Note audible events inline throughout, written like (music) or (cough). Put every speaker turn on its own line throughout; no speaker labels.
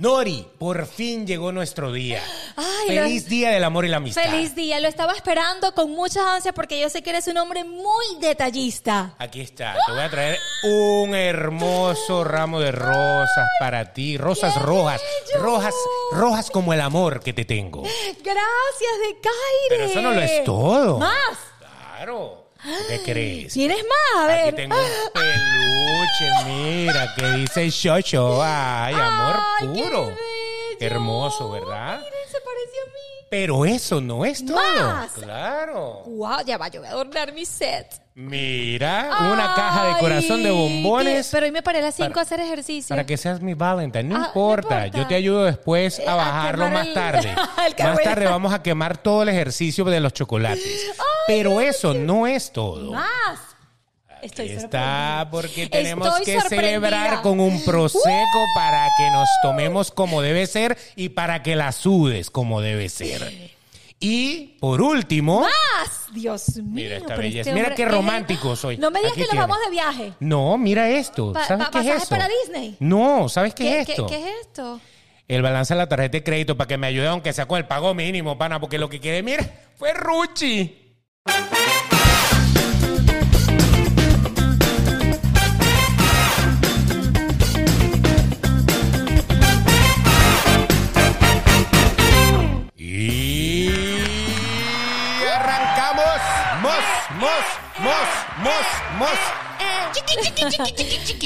Nori, por fin llegó nuestro día.
Ay,
Feliz
lo-
día del amor y la amistad.
Feliz día, lo estaba esperando con muchas ansias porque yo sé que eres un hombre muy detallista.
Aquí está, te voy a traer un hermoso ramo de rosas para ti, rosas
¡Qué
rojas,
bello!
rojas, rojas como el amor que te tengo.
Gracias, de Caire.
Pero eso no lo es todo.
Más.
Claro, ¿qué te crees?
¿Tienes más? A ver.
Aquí tengo un peluche, mira, que dice Xocho. Ay, amor
Ay, qué
puro.
bello.
Hermoso, ¿verdad?
Miren, se parece a mí.
Pero eso no es todo.
Más.
Claro.
Guau, ya va, yo voy a adornar mi set.
Mira, una caja de
Ay,
corazón de
qué-
bombones.
Pero hoy me paré a las 5
Para-
a hacer ejercicio.
Para que seas mi Valentine, no,
Ah, no
importa.
importa.
Yo te ayudo después
Eh,
a
a
bajarlo
quemar
más
el-
tarde.
(laughs) el
más
carbón.
tarde vamos a quemar todo el ejercicio de los
(gasps)
chocolates. Pero eso no es todo.
Más. Ah, Estoy
Está porque
Estoy
tenemos que
sorprendida. ¡Uh!
celebrar con un proseco para que nos tomemos como debe ser y para que la sudes como debe ser. Y por último,
¡Ah! Más. Dios mío.
Mira esta
pero
belleza.
este
Mira
hombre- Ah,
qué romántico soy.
No me digas
Aquí
que nos
tiene.
vamos de viaje.
no, mira esto.
Pa-
¿Sabes
pa-
qué es
pasajes
eso?
para Disney.
No, ¿sabes qué, es esto?
qué es esto?
El balance de la tarjeta de crédito para que me ayude aunque sea con el pago mínimo, pana, porque lo que quedé, mira, fue Ruchi. Y arrancamos. Mos, mos, mos, mos, mos.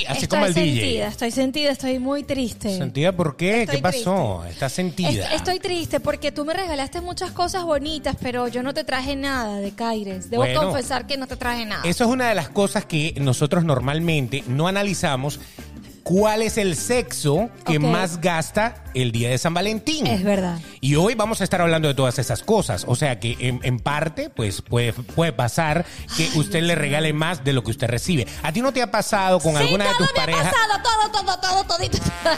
Así
estoy
como el
sentida,
DJ.
estoy sentida, estoy muy triste.
¿Sentida por qué?
Estoy
¿Qué pasó? ¿Estás sentida?
Est- Estoy triste porque tú me regalaste muchas cosas bonitas, pero yo no te traje nada de Caires. Debo
Bueno.
confesar que no te traje nada.
Eso es una de las cosas que nosotros normalmente no analizamos. ¿Cuál es el sexo que
Ok.
más gasta el día de San Valentín?
Es verdad.
Y hoy vamos a estar hablando de todas esas cosas. O sea que en, en parte, pues puede, puede pasar que usted le regale más de lo que usted recibe. ¿A ti no te ha pasado con
sí,
alguna de
todo
tus
me ha
parejas?
pasado, todo, todo, todo, todito. (laughs)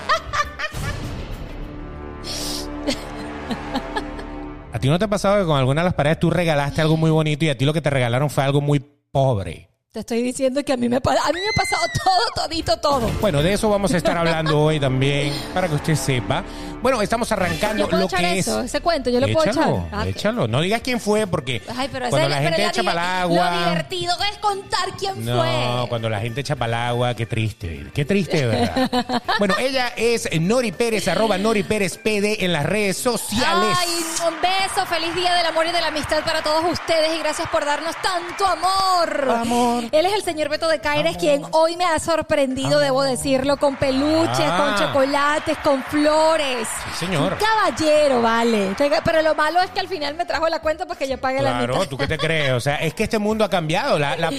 ¿A ti no te ha pasado que con alguna de las parejas tú regalaste algo muy bonito y a ti lo que te regalaron fue algo muy pobre?
Te estoy diciendo que a mí me pa- a mí me ha pasado todo, todito, todo.
Bueno, de eso vamos a estar
(laughs)
hablando hoy también, para que usted sepa. Bueno, estamos arrancando
Yo puedo
lo
echar
que
eso,
es.
ese cuento, yo lo puedo
Échalo,
echar. Ah, ok.
échalo. No digas quién fue, porque
Ay, pero
cuando
ese-
la
pero
gente
la
echa
di-
para el agua.
Lo divertido es contar quién
No,
fue.
cuando la gente echa para el agua, qué triste, qué triste, de ¿verdad?
(laughs)
bueno, ella es Nori Pérez, arroba Nori Pérez PD en las redes sociales.
Ay, un beso, feliz día del amor y de la amistad para todos ustedes y gracias por darnos tanto amor.
Amor.
Él es el señor Beto de Caires, quien hoy me ha sorprendido, debo decirlo, con peluches,
Ah.
con chocolates, con flores.
Sí, señor.
Un caballero, vale. Pero lo malo es que al final me trajo la cuenta porque yo pagué la mitad.
Claro, ¿tú qué te crees? O sea, es que este mundo ha cambiado. La, la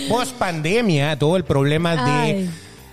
post-pandemia, todo el problema de
Ay.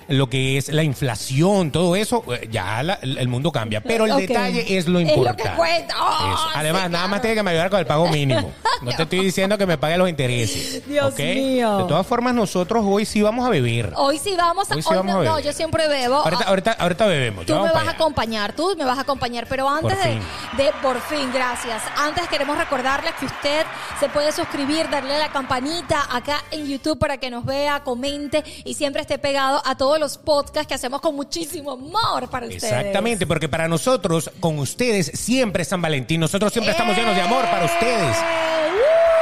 lo que es la inflación, todo eso, eh, ya la- el mundo cambia. Pero el
Ok.
detalle es lo
Es lo que
importante.
cuenta. Oh,
Eso.
sí,
Además, nada
claro.
más tiene que me ayudar con el pago mínimo. No te estoy diciendo que me pague los intereses.
(laughs) Dios
¿ok?
mío. Oh,
De todas formas, nosotros hoy sí vamos a beber.
Hoy sí vamos a...
Hoy
Hoy,
sí vamos
no,
a
no,
beber.
yo siempre bebo.
Ahorita, ahorita, ahorita bebemos. ya
oh, Tú me
Pues vamos
vas
para
a
allá.
acompañar, tú me vas a acompañar, pero antes
Por
de,
fin.
de- por fin, gracias. Antes queremos recordarles que usted se puede suscribir, darle a la campanita acá en YouTube para que nos vea, comente y siempre esté pegado a todos los podcasts que hacemos con muchísimo amor para ustedes.
Exactamente, porque para nosotros, con ustedes, siempre es San Valentín. Nosotros siempre estamos llenos de amor para ustedes.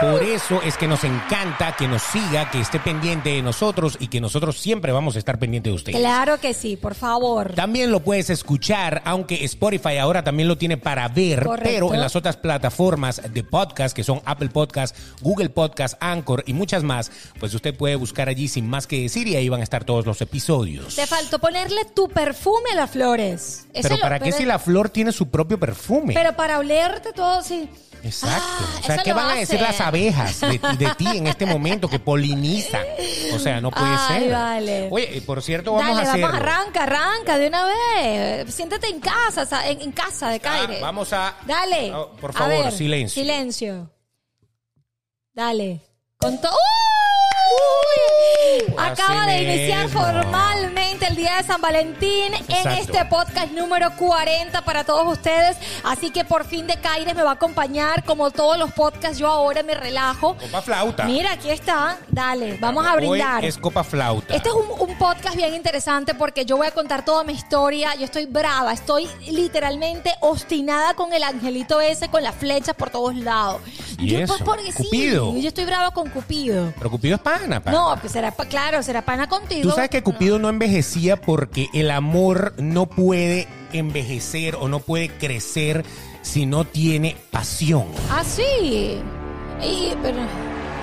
Por eso es que nos encanta que nos siga, que esté pendiente de nosotros y que nosotros siempre vamos a estar pendiente de ustedes.
Eh, Claro que sí, por favor.
También lo puedes escuchar, aunque Spotify ahora también lo tiene para ver,
Correcto.
pero en las otras plataformas de podcast, que son Apple Podcast, Google Podcast, Anchor y muchas más, pues usted puede buscar allí sin más que decir y ahí van a estar todos los episodios.
Te faltó ponerle tu perfume a las flores. Eso
pero
lo-
¿para qué si la flor tiene su propio perfume?
Pero para olerte todo, sí.
Exacto.
Ah,
o sea,
eso
¿qué
lo
van a decir
hacen.
las abejas de, de ti en este momento que polinizan? O sea, no puede
Ay,
ser.
vale.
Oye, y por cierto, vamos
Dale,
a hacerlo.
vamos, arranca, arranca de una vez. Siéntate en casa, sa- en, en casa de
Ah,
Caire.
vamos a.
Dale.
Ah, por
A
favor,
ver,
silencio.
Silencio. Dale. Con todo. ¡Uy!
Así
Acaba de iniciar
mismo.
formalmente el día de San Valentín en
Exacto.
este podcast número 40 para todos ustedes. Así que por fin de Caires me va a acompañar. Como todos los podcasts, yo ahora me relajo.
Copa flauta.
Mira, aquí está. Dale, vamos a brindar.
Hoy es copa flauta.
Este es un, un podcast bien interesante porque yo voy a contar toda mi historia. Yo estoy brava, estoy literalmente obstinada con el angelito ese, con las flechas por todos lados.
¿Y
yo,
eso?
Pues porque sí,
Cupido.
yo estoy brava con Cupido.
Pero Cupido es pana, pana.
No, pues será, pa- claro, será pana contigo.
Tú sabes que Cupido no envejecía porque el amor no puede envejecer o no puede crecer si no tiene pasión.
Ah, sí. Y, pero,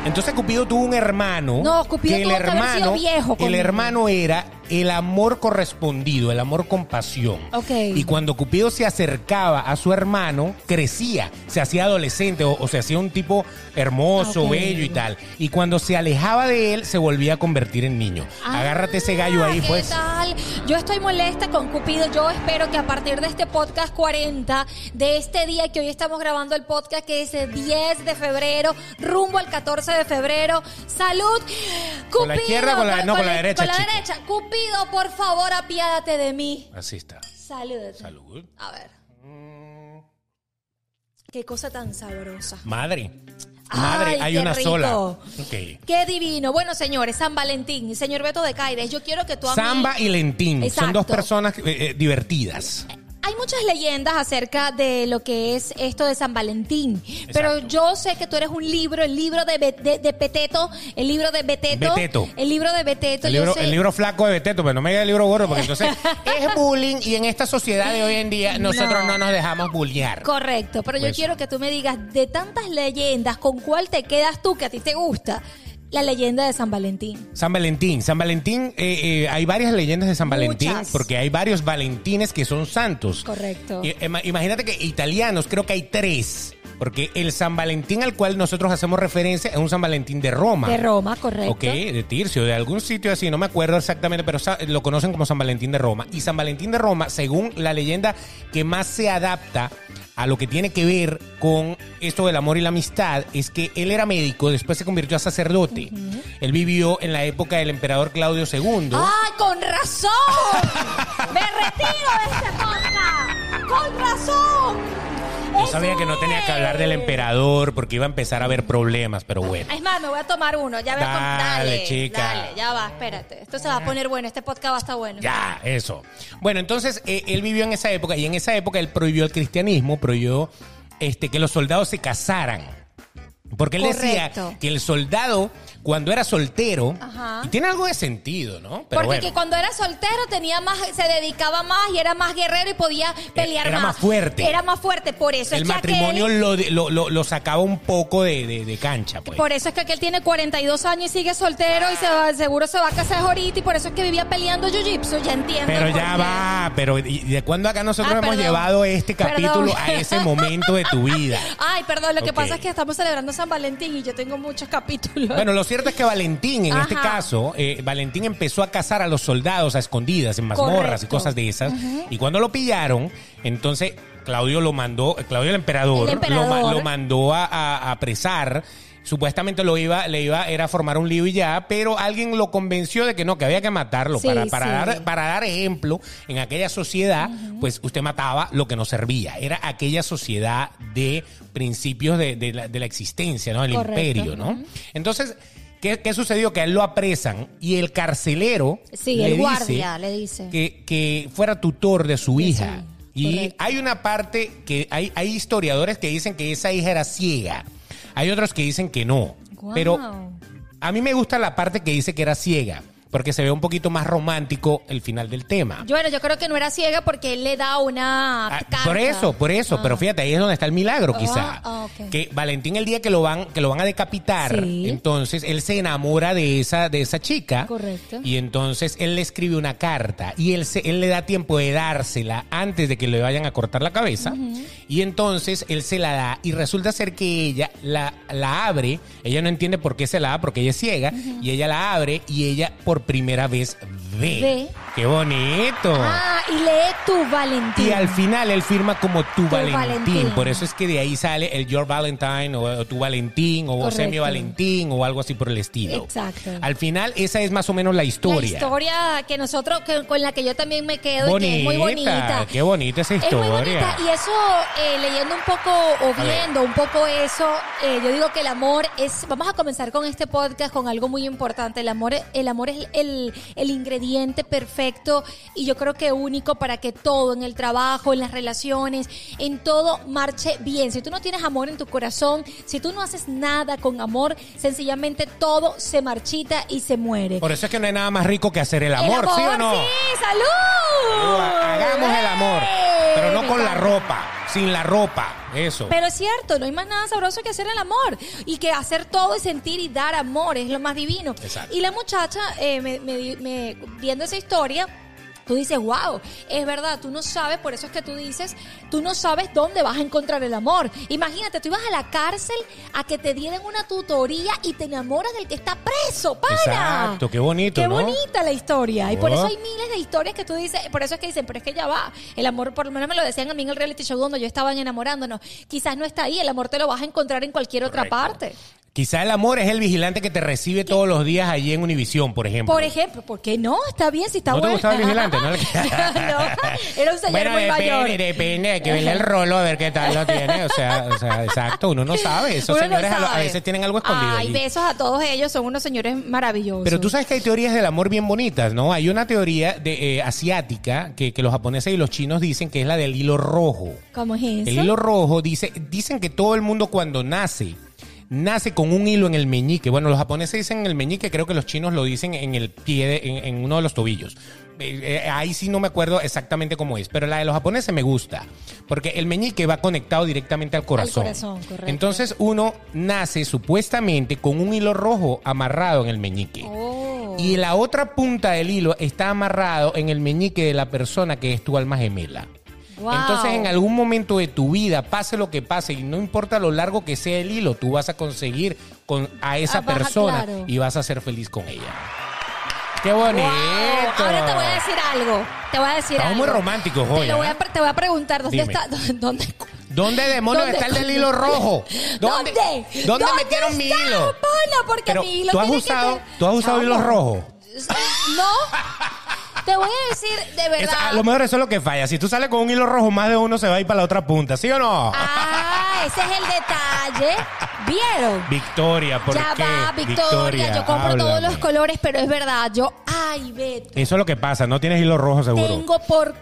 Entonces Cupido tuvo un hermano.
No, Cupido
que el
tuvo que haber
hermano,
sido viejo
El
conmigo.
hermano era el amor correspondido, el amor con pasión.
Ok.
Y cuando Cupido se acercaba a su hermano, crecía, se hacía adolescente o, o se hacía un tipo hermoso,
Ok.
bello y tal. Y cuando se alejaba de él, se volvía a convertir en niño. Agárrate ese gallo ahí,
Ah, ¿qué
pues.
tal? Yo estoy molesta con Cupido. Yo espero que a partir de este podcast 40, de este día que hoy estamos grabando el podcast, que es el 10 de febrero, rumbo al 14 de febrero. ¡Salud! Cupido.
Con la izquierda, con la- no, con la derecha,
Con la
chica.
derecha. Cupido, por favor, apiádate de mí.
Así está.
Salud.
Salud.
A ver. Qué cosa tan sabrosa.
Madre.
Ay,
Madre, hay
qué
una
rico.
sola. Ok.
Qué divino. Bueno, señores, San Valentín. Señor Beto de Caires, yo quiero que tú a mí-
Samba y Lentín son
Exacto.
dos personas eh, eh, divertidas.
Hay muchas leyendas acerca de lo que es esto de San Valentín, pero
Exacto.
yo sé que tú eres un libro, el libro de, Be- de, de Peteto, el libro de Beteto,
Beteto.
el libro de Beteto,
El
yo
libro,
sé-
el libro flaco de Beteto, pero no me diga el libro gordo, porque
(laughs)
entonces es bullying y en esta sociedad de hoy en día nosotros no,
No.
nos dejamos bullear.
Correcto, pero yo
Eso.
quiero que tú me digas de tantas leyendas, ¿con cuál te quedas tú que a ti te gusta? La leyenda de San Valentín.
San Valentín. San Valentín, eh, eh, hay varias leyendas de San Valentín,
Muchas.
porque hay varios valentines que son santos.
Correcto.
Y, ema- imagínate que italianos, creo que hay tres, porque el San Valentín al cual nosotros hacemos referencia es un San Valentín de Roma.
De Roma, correcto.
Ok, de Tircio, de algún sitio así, no me acuerdo exactamente, pero sa- lo conocen como San Valentín de Roma. Y San Valentín de Roma, según la leyenda que más se adapta a lo que tiene que ver con esto del amor y la amistad, es que él era médico, después se convirtió a sacerdote. Él vivió en la época del emperador Claudio II.
¡Ay, con razón! ¡Me retiro de este podcast! ¡Con razón! Eh,
Yo
Eso
sabía que no tenía que hablar del
es.
emperador porque iba a empezar a haber problemas, pero bueno.
Es más, me voy a tomar uno. Ya voy a con-
Dale, chica.
Dale, ya va, espérate. Esto se va a poner bueno. Este podcast va a estar bueno.
Ya, eso. Bueno, entonces eh, él vivió en esa época y en esa época él prohibió el cristianismo, prohibió este, que los soldados se casaran. Porque él
Correcto.
decía que el soldado, cuando era soltero,
Ajá.
y tiene algo de sentido, ¿no?
Porque que cuando era soltero tenía más, se dedicaba más y era más guerrero y podía pelear
era
más.
más fuerte.
Era más fuerte. Por eso
el
es que
matrimonio
aquel,
lo, de- lo, lo- lo sacaba un poco de, de- de cancha, pues.
por eso es que aquel tiene 42 años y sigue soltero y se va- seguro se va a casar ahorita y por eso es que vivía peleando jiu-jitsu, ya entiendo.
Pero
el
ya
porqué.
va, pero ¿y ¿de cuándo acá nosotros
Ah,
hemos
perdón.
llevado este capítulo
Perdón.
a ese momento de tu
(laughs)
vida?
Ay, perdón, lo que
Ok.
pasa es que estamos celebrando San Valentín y yo tengo muchos capítulos. (laughs)
Bueno, lo cierto es que Valentín, en
Ajá.
este caso, eh, Valentín empezó a cazar a los soldados a escondidas, en mazmorras
Correcto.
y cosas de esas. Y cuando lo pillaron, entonces Claudio lo mandó, Claudio el emperador,
El emperador.
Lo, ma- lo mandó a, a- a apresar. Supuestamente lo iba, le iba, era formar un lío y ya, pero alguien lo convenció de que no, que había que matarlo.
Sí,
para, para,
sí.
dar, para dar ejemplo, en aquella sociedad, pues usted mataba lo que no servía. Era aquella sociedad de principios de, de la, de la existencia, ¿no? El
Correcto.
imperio, ¿no? Entonces, ¿qué, qué sucedió? Que a él lo apresan y el carcelero
Sí, el guardia le dice.
que, que fuera tutor de su
Sí,
hija.
sí,
y
correcto.
hay una parte que hay, hay historiadores que dicen que esa hija era ciega. Hay otros que dicen que no.
Guau.
Pero a mí me gusta la parte que dice que era ciega, porque se ve un poquito más romántico el final del tema.
Yo, bueno, yo creo que no era ciega porque él le da una
Ah,
carta.
por eso, por eso, pero fíjate, ahí es donde está el milagro
Ah,
quizá.
ah, ok.
Que Valentín el día que lo van que lo van a decapitar,
Sí.
entonces él se enamora de esa de esa chica.
Correcto.
Y entonces él le escribe una carta y él se, él le da tiempo de dársela antes de que le vayan a cortar la cabeza. Y entonces él se la da y resulta ser que ella la, la abre, ella no entiende por qué se la da porque ella es ciega y ella la abre y ella por primera vez ve,
Ve.
Qué bonito.
Ah, y lee tu Valentín.
Y al final él firma como tu, Valentín.
Valentín.
Por eso es que de ahí sale el Your Valentine o, o tu Valentín o
Correcto.
Semi Valentín o algo así por el estilo.
Exacto.
Al final esa es más o menos la historia.
La historia que nosotros, que- con la que yo también me quedo y que es muy
Bonita,
bonita.
qué bonita esa
Es muy
historia.
bonita y eso, eh, leyendo un poco o
ver.
viendo un poco eso, eh, yo digo que el amor es, vamos a comenzar con este podcast con algo muy importante, el amor, es- el amor es el, el ingrediente perfecto y yo creo que único para que todo, en el trabajo, en las relaciones, en todo marche bien. Si tú no tienes amor en tu corazón, si tú no haces nada con amor, sencillamente todo se marchita y se muere.
Por eso es que no hay nada más rico que hacer el
El
amor, ¿sí o no?
sí, salud.
Hagamos el amor,
¡Ey!
pero no
Me
con la
encanta.
ropa, sin la ropa, eso.
Pero es cierto, no hay más nada sabroso que hacer el amor. Y que hacer todo y sentir y dar amor es lo más divino.
Exacto.
Y la muchacha, eh, me, me di- me- viendo esa historia. Tú dices, wow, es verdad, tú no sabes, por eso es que tú dices, tú no sabes dónde vas a encontrar el amor. Imagínate, tú ibas a la cárcel a que te dieran una tutoría y te enamoras del que está preso, para.
Exacto, qué bonito,
Qué
¿no?
bonita la historia. Y por
Oh.
eso hay miles de historias que tú dices, por eso es que dicen, pero es que ya va. El amor, por lo menos me lo decían a mí en el reality show donde yo estaba enamorándonos. Quizás no está ahí, el amor te lo vas a encontrar en cualquier otra
Correcto.
parte.
Quizá el amor es el vigilante que te recibe todos los días allí en Univisión, por ejemplo.
Por ejemplo, ¿por qué no? Está bien si está
¿No te
bueno.
gustaba el
(laughs)
vigilante? No,
No, era un señor
bueno,
muy
depende,
mayor.
depende, hay que verle el rolo a ver qué tal lo tiene. O sea, o sea, exacto, uno no sabe. Esos
Uno no
señores a lo- a,
sabe.
veces tienen algo escondido.
Ay,
allí.
besos a todos ellos, son unos señores maravillosos.
Pero tú sabes que hay teorías del amor bien bonitas, ¿no? Hay una teoría de, eh, asiática que, que los japoneses y los chinos dicen que es la del hilo rojo.
¿Cómo es eso?
El hilo rojo dice, dicen que todo el mundo cuando nace nace con un hilo en el meñique. Bueno, los japoneses dicen en el meñique, creo que los chinos lo dicen en el pie, de- en, en uno de los tobillos. Eh, eh, ahí sí no me acuerdo exactamente cómo es, pero la de los japoneses me gusta, porque el meñique va conectado directamente al corazón.
corazón, correcto.
Entonces uno nace supuestamente con un hilo rojo amarrado en el meñique.
Oh.
Y la otra punta del hilo está amarrado en el meñique de la persona que es tu alma gemela.
Wow.
Entonces, en algún momento de tu vida, pase lo que pase, y no importa lo largo que sea el hilo, tú vas a conseguir con a esa
Ah, baja,
persona
claro.
y vas a ser feliz con ella. ¡Qué bonito!
Wow. Ahora te voy a decir algo. Te voy a decir
Estamos
algo.
muy románticos
Te,
hoy,
lo voy
¿eh?
a, pre- te voy a preguntar dónde
Dime.
está. (laughs) ¿Dónde?
¿Dónde demonios
¿Dónde?
está el
(laughs)
del hilo rojo?
¿Dónde?
¿Dónde, metieron mi
está,
hilo?
pana? porque
Pero,
mi hilo
¿tú has
tiene
usado,
que ser-
¿tú has usado
Chamo,
hilo rojo? (laughs)
No. Te voy a decir, de
Es-
verdad.
a lo mejor eso es lo que falla. Si tú sales con un hilo rojo, más de uno se va a ir para la otra punta, ¿sí o no?
Ah, ese es el detalle. ¿Vieron?
Victoria, ¿por
ya
qué?
va, Victoria, Yo compro todos
háblame.
los colores, pero es verdad. Yo, ay, Beto,
Eso es lo que pasa, no tienes hilo rojo seguro.
tengo por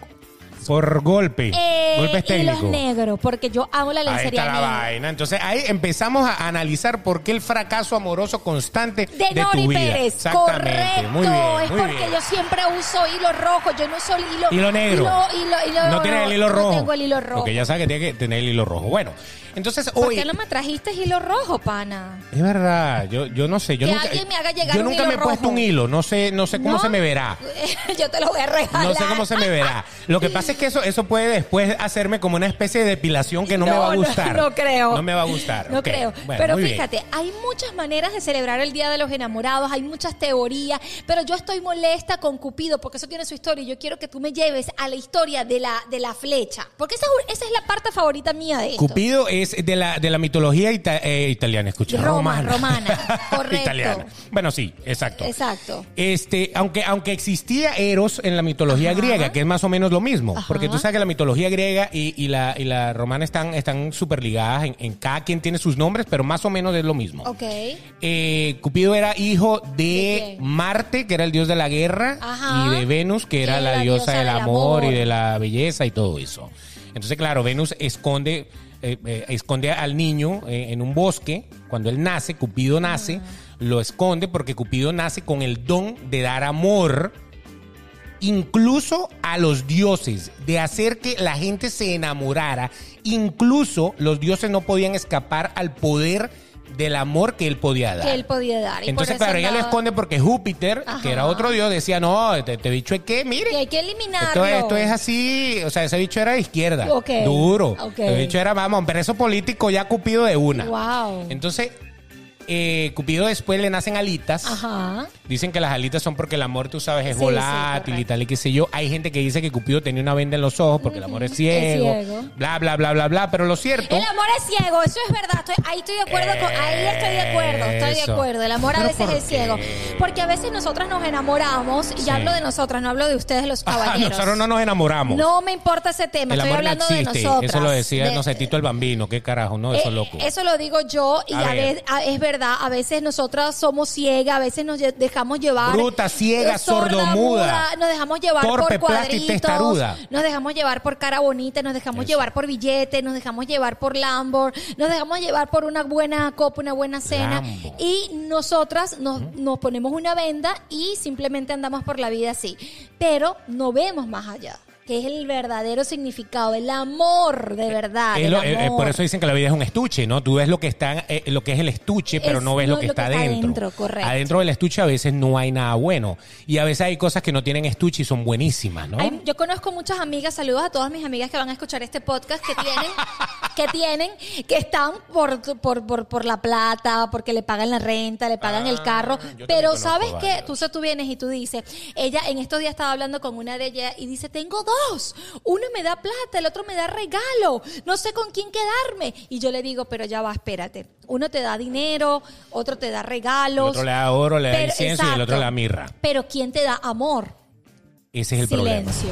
Por golpe.
eh,
Golpes
hilos
técnicos.
negros, porque yo hago la
Ahí
lencería
está la
negra.
vaina. Entonces ahí empezamos a analizar por qué el fracaso amoroso constante de,
De, Nori
tu vida.
Pérez,
Exactamente.
correcto.
Muy bien.
es
muy
porque
bien.
yo siempre uso hilo rojo, yo no uso hilo,
Hilo negro.
hilo- hilo- hilo-
no tienes el hilo rojo.
No tengo el hilo rojo.
Porque ya sabes que tiene que tener el hilo rojo. Bueno, entonces
¿Por
hoy.
qué no me trajiste hilo rojo, pana?
Es verdad, yo, yo no sé. Yo
Que
nunca,
alguien me haga llegar
yo
un
nunca
hilo
me he puesto
rojo.
un hilo. No sé, no sé cómo
¿No?
se me verá.
(laughs) yo te lo voy a regalar.
No sé cómo se me verá. Lo que pasa es que eso, eso puede después hacerme como una especie de depilación que no, me va a gustar.
No, creo.
No me va a gustar.
No
Ok.
creo.
Bueno,
pero
muy bien.
fíjate, hay muchas maneras de celebrar el Día de los Enamorados, hay muchas teorías, pero yo estoy molesta con Cupido porque eso tiene su historia y yo quiero que tú me lleves a la historia de la, de la flecha. Porque esa, es- esa es la parte favorita mía de esto.
Cupido es de la, de la mitología ita- eh, italiana, escucha.
Roma,
romana. (laughs)
romana, correcto.
italiana. Bueno, sí, exacto.
Exacto.
Este, aunque, aunque existía Eros en la mitología
Ajá.
griega, que es más o menos lo mismo,
Ajá.
porque tú sabes que la mitología griega y, y la, y la romana están están súper ligadas, en, en cada quien tiene sus nombres, pero más o menos es lo mismo.
Ok.
Eh, Cupido era hijo
¿De
de
quién?
Marte, que era el dios de la guerra,
Ajá.
y de Venus, que era la, diosa, del amor, y de la belleza y todo eso. Entonces, claro, Venus esconde, eh, eh, esconde al niño eh, en un bosque. Cuando él nace, Cupido nace, lo esconde porque Cupido nace con el don de dar amor. Incluso a los dioses, de hacer que la gente se enamorara. Incluso los dioses no podían escapar al poder del amor que él podía dar.
Que él podía dar. Y por
Entonces,
eso
claro, ella lo
andaba-
esconde porque Júpiter,
Ajá.
que era otro dios, decía, no, este, este bicho es que,
Que hay
mire,
que eliminarlo.
esto, esto es así, o sea, ese bicho era de izquierda,
Ok.
duro,
Ok.
ese bicho era, vamos, preso político ya cupido de una.
Wow.
Entonces, eh, Cupido después le nacen alitas.
Ajá.
Dicen que las alitas son porque el amor, tú sabes, es
Sí, sí,
volátil y
correcto.
tal y qué sé yo. Hay gente que dice que Cupido tenía una venda en los ojos porque el amor es ciego,
ciego.
Bla, bla, bla, bla, bla. Pero lo cierto...
El amor es ciego, eso es verdad. Estoy, ahí estoy de acuerdo con, ahí estoy de acuerdo, estoy de
Eso.
acuerdo. El amor a
¿Pero
veces
por
es
qué?
ciego. Porque a veces nosotras nos enamoramos, y
Sí.
ya hablo de nosotras, no hablo de ustedes los
Ajá,
caballeros.
(laughs) nosotros no nos enamoramos.
No me importa ese tema,
el
estoy
amor no
hablando
existe.
de nosotras.
Eso lo decía,
De-
no sé, Tito el Bambino. Qué carajo, no, eso
eh,
es loco.
Eso lo digo yo y
A
a
ver.
vez- a- es verdad, a veces nosotras somos ciegas, a veces nos lle- dejamos llevar.
Bruta, ciega,
eh, sorda,
sordomuda,
muda, Nos dejamos llevar
torpe,
por
plasta y
cuadritos.
testaruda.
Nos dejamos llevar por cara bonita, nos dejamos llevar por billetes, nos dejamos llevar por Lambor, nos dejamos llevar por una buena copa, una buena cena.
Lambor.
Y nosotras nos, nos ponemos una venda y simplemente andamos por la vida así. Pero no vemos más allá que es el verdadero significado, el amor de verdad.
Es
el
lo- eh, eh, por
ah, amor.
eso dicen que la vida es un estuche, ¿no? Tú ves lo que está, eh, lo que es el estuche, pero
Es
no ves lo,
no-
que, está adentro.
correcto.
Adentro del estuche a veces no hay nada bueno. Y a veces hay cosas que no tienen estuche y son buenísimas, ¿no?
Hay- yo conozco muchas amigas, saludos a todas mis amigas que van a escuchar este podcast
(laughs)
que tienen, que tienen, que están por, por, por, por la plata, porque le pagan la renta, le pagan
Ah,
el carro.
yo también
Pero
conozco
sabes que
varias.
tú, se- tú vienes y tú dices, ella en estos días estaba hablando con una de ellas y dice, tengo dos, uno me da plata, el otro me da regalo, no sé con quién quedarme. Y yo le digo, pero ya va, espérate, uno te da dinero, otro te da regalos.
El otro le da oro, le da
Pero-
incienso y el otro
exacto.
le da mirra.
Pero ¿quién te da amor?
Ese es el problema.
silencio.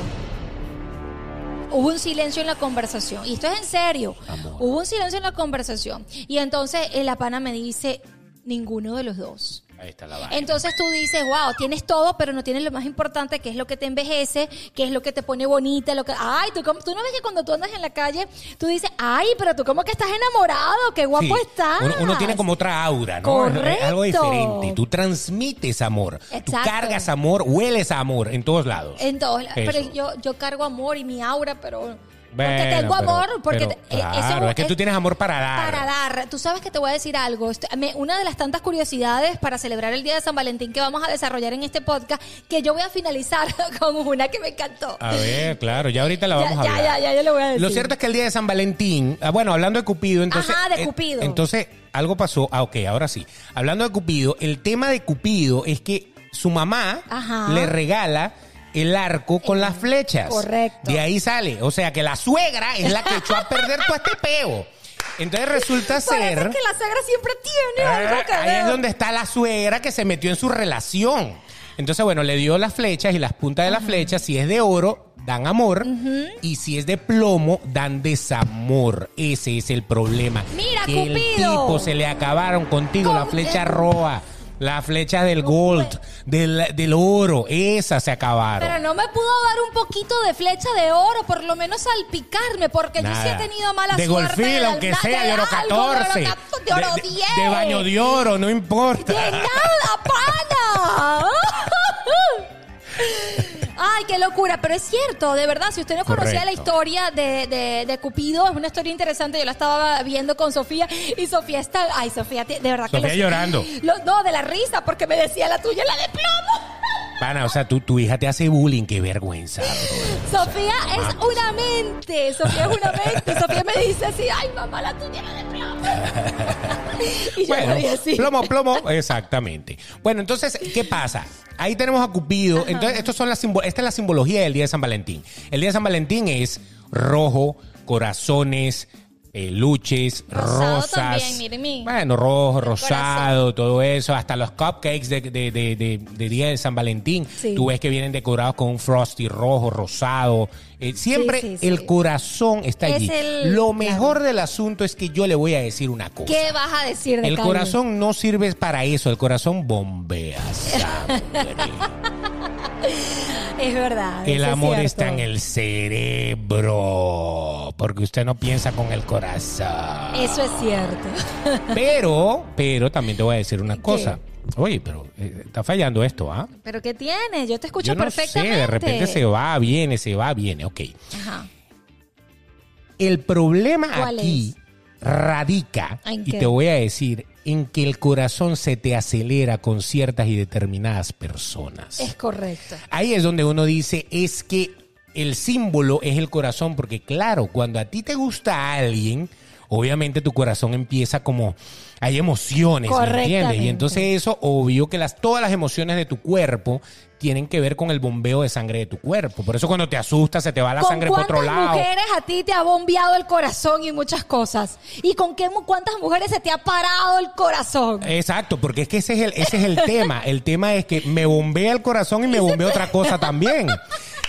Hubo un silencio en la conversación. Y esto es en serio.
Amor.
Hubo un silencio en la conversación. Y entonces eh, la pana me dice, ninguno de los dos.
Ahí está
Eh,
la vaina.
Entonces tú dices, wow, tienes todo, pero no tienes lo más importante, que es lo que te envejece, que es lo que te pone bonita, lo que... Ay, tú, cómo- tú no ves que cuando tú andas en la calle, tú dices, ay, pero tú como que estás enamorado, qué guapo
Sí.
estás.
Uno, uno tiene como otra aura, ¿no?
Correcto.
Es algo diferente. Tú transmites amor. Tú
Exacto.
cargas amor, hueles a amor en todos lados.
En todos lados.
Eso.
Pero yo, yo cargo amor y mi aura, pero.
Bueno,
porque tengo
pero-
amor, porque
pero
te- eh, eso
claro, es que tú tienes amor para dar.
Para dar. Tú sabes que te voy a decir algo. Esto- me- una de las tantas curiosidades para celebrar el Día de San Valentín que vamos a desarrollar en este podcast, que yo voy a finalizar (laughs) con una que me encantó.
A ver, claro, ya ahorita Ah, la
(laughs) Ya,
vamos a
ya,
hablar.
ya, ya, yo le voy a decir.
Lo cierto es que el día de San Valentín, ah, bueno, hablando de Cupido, entonces.
Ajá, de
eh,
Cupido.
entonces, algo pasó. Ah, ok, ahora sí. Hablando de Cupido, el tema de Cupido es que su mamá
Ajá.
le regala el arco con las flechas.
correcto.
De ahí sale. O sea que la suegra es la que echó a perder todo este peo. Entonces
(laughs)
resulta
Parece
ser.
que la sagra siempre tiene
Ah,
algo que
ahí es
ver.
donde está la suegra que se metió en su relación. Entonces, bueno, le dio las flechas y las puntas de las flechas, si es de oro, dan amor, y si es de plomo, dan desamor. Ese es el problema.
Mira,
que El
Cupido.
tipo se le acabaron contigo,
Con-
la flecha roja, la flecha del gold, del, del oro, esas se acabaron.
Pero no me pudo dar un poquito de flecha de oro, por lo menos salpicarme, porque yo sí he
Nada.
tenido mala
de
suerte.
golfil,
la-
aunque sea
de
de oro
algo, de oro
14.
14, de oro
de-
10.
de baño de oro, no importa.
¡De nada, pana! (laughs) Ay, qué locura, pero es cierto, de verdad, si usted no conocía la
Correcto.
historia de, de- de Cupido, es una historia interesante, yo la estaba viendo con Sofía y Sofía está, ay, Sofía, te- de verdad que
Sofía
los-
llorando.
los- no, de la risa, porque me decía la tuya, la de plomo.
Pana, o sea, tú, tu hija te hace bullying, qué vergüenza.
(laughs) Sofía
Ah.
es una mente, Sofía es una mente, Sofía me dice así, ay, mamá, la tuya, la de plomo. (laughs) y yo
Bueno,
le dije así.
plomo, plomo, exactamente. Bueno, entonces, ¿qué pasa? Ahí tenemos a Cupido. Entonces, estos son las simbo- esta es la simbología del Día de San Valentín. El Día de San Valentín es rojo, corazones, peluches,
Rosado
rosas.
también, miren, miren.
Bueno, rojo,
corazón.
rosado, todo eso. Hasta los cupcakes de, de- de- de- de Día de San Valentín.
Sí.
Tú ves que vienen decorados con un frosty rojo, rosado. Eh, siempre
Sí, sí,
el
sí.
corazón está
Es
allí.
el-
Lo mejor del asunto es que yo le voy a decir una cosa.
¿Qué vas a decir de
El
Carmen?
corazón no sirve para eso, el corazón bombea
(laughs)
sangre.
Es verdad.
El
eso es
amor
cierto.
está en el cerebro, porque usted no piensa con el
(laughs)
corazón.
Eso es cierto.
Pero, pero también te voy a decir una cosa. Oye, pero eh, está fallando esto, ¿ah?
¿Pero qué tiene? Yo te escucho
Yo no sé,
perfectamente.
de repente se va, viene, se va, viene, ok.
Ajá.
El problema
¿Cuál
aquí radica,
¿En
y
qué?
te voy a decir, en que el corazón se te acelera con ciertas y determinadas personas.
Es correcto.
Ahí es donde uno dice, es que el símbolo es el corazón, porque claro, cuando a ti te gusta a alguien, obviamente tu corazón empieza como hay emociones, ¿me entiendes? Y
Correctamente.
entonces eso obvio que las todas las emociones de tu cuerpo tienen que ver con el bombeo de sangre de tu cuerpo. Por eso cuando te asustas se te va la
¿Con
sangre por otro
cuántas
lado.
mujeres a ti te ha bombeado el corazón y muchas cosas? ¿Y con qué mu- cuántas mujeres se te ha parado el
Eh,
corazón?
Exacto, porque es que ese es el, ese es el tema. El tema es que me bombea el corazón y me bombea otra cosa también.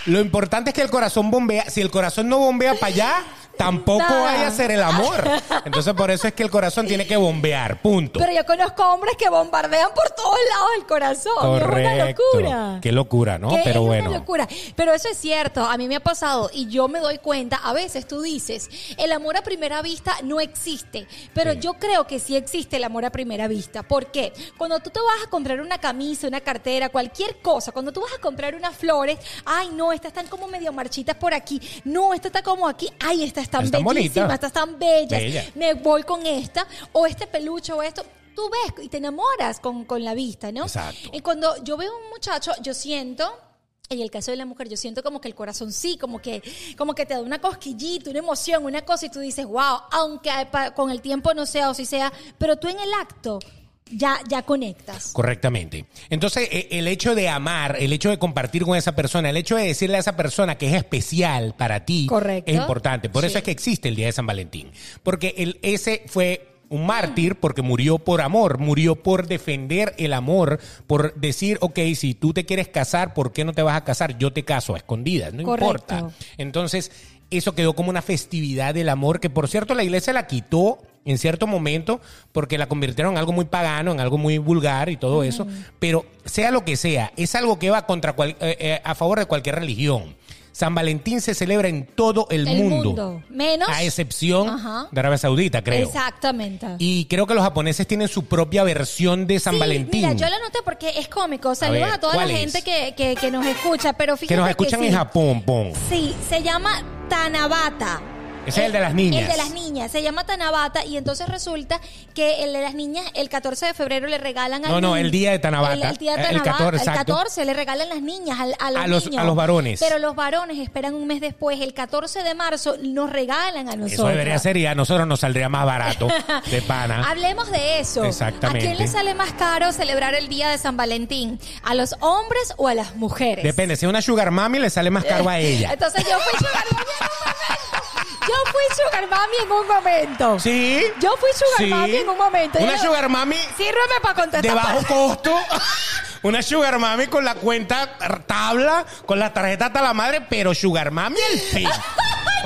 Lo importante es que el corazón bombea. Si el corazón no bombea para allá, tampoco
Nada.
vaya a ser el amor. Entonces, por eso es que el corazón tiene que bombear. Punto.
Pero yo conozco hombres que bombardean por todos lados el corazón. Es una locura.
Qué locura, ¿no?
Que
Pero
es
bueno.
Una locura. Pero eso es cierto, a mí me ha pasado y yo me doy cuenta, a veces tú dices, el amor a primera vista no existe, pero yo creo que sí existe el amor a primera vista. ¿Por qué? Cuando tú te vas a comprar una camisa, una cartera, cualquier cosa, cuando tú vas a comprar unas flores, ay no, estas están como medio marchitas por aquí, no, esta está como aquí, ay, estas están
Están
bellísimas,
bonitas.
estas están bellas,
Bella.
me voy con esta, o este peluche o esto. Tú ves y te enamoras con, con la vista, ¿no?
Exacto.
Y cuando yo veo a un muchacho, yo siento, en el caso de la mujer, yo siento como que el corazón sí, como que, como que te da una cosquillita, una emoción, una cosa, y tú dices, wow, aunque pa- con el tiempo no sea o sí sea, pero tú en el acto ya, ya conectas.
Correctamente. Entonces, e- el hecho de amar, el hecho de compartir con esa persona, el hecho de decirle a esa persona que es especial para ti,
Correcto.
es importante. Por eso
Sí.
es que existe el Día de San Valentín. Porque el, ese fue un mártir porque murió por amor, murió por defender el amor, por decir, ok, si tú te quieres casar, ¿por qué no te vas a casar? Yo te caso a escondidas, no
Correcto.
importa. Entonces, eso quedó como una festividad del amor, que por cierto la iglesia la quitó en cierto momento porque la convirtieron en algo muy pagano, en algo muy vulgar y todo eso. Pero sea lo que sea, es algo que va contra cual- eh, eh, a favor de cualquier religión. San Valentín se celebra en todo el,
El
mundo,
mundo, menos-
a excepción
Ajá.
de Arabia Saudita, creo.
Exactamente.
Y creo que los japoneses tienen su propia versión de San
Sí,
Valentín.
Mira, yo lo anoté porque es cómico. Saludos
ver,
a, toda la
¿cuál es?
gente que, que- que nos escucha, pero fíjate
que nos escuchan en
sí.
Japón, pon.
Sí, se llama Tanabata. Eh,
Ese es el de las niñas.
El de las niñas, se llama Tanabata y entonces resulta que el de las niñas el 14 de febrero le regalan al
No, no,
niño-
el día de Tanabata. Eh,
El, el día de
El
Tanabata, el
14,
14,
exacto.
le regalan las niñas al- a, los
A los-
niños.
a los varones.
Pero los varones esperan un mes después, el 14 de marzo nos regalan a nosotros.
Eso debería ser y a nosotros nos saldría más
(laughs)
barato de pana.
Hablemos de eso.
Exactamente.
¿A quién le sale más caro celebrar el día de San Valentín? ¿A los hombres o a las mujeres?
Depende, si es una sugar mami le sale más caro a
(laughs)
ella.
Entonces yo fui Sugar Mami en un momento. Yo fui Sugar Mami
Sí.
en un momento. Yo fui Sugar
Sí.
Mami en un momento.
Una
Yo-
sugar mami
Sírveme para contestar.
de bajo costo. (laughs) Una sugar mami con la cuenta tabla, con la tarjeta hasta la madre, pero sugar mami el
(laughs)
fin.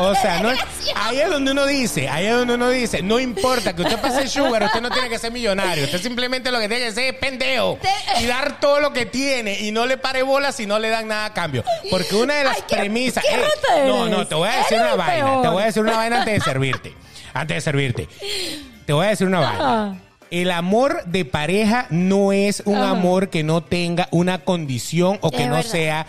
O sea, no es- ahí es donde uno dice, ahí es donde uno dice, no importa que usted pase sugar, usted no tiene que ser millonario, usted simplemente lo que tiene que ser es pendejo
Te-
y dar todo lo que tiene y no le pare bola si no le dan nada a cambio. Porque una de las
Ay, qué-
premisas...
qué rata eres.
no, no, te voy a decir
Eres
una
el
vaina, te
peor.
voy a decir una vaina antes de servirte, antes de servirte. Te voy a decir una vaina.
Ajá.
El amor de pareja no es un
Ajá.
amor que no tenga una condición o que
Es
no
verdad.
sea.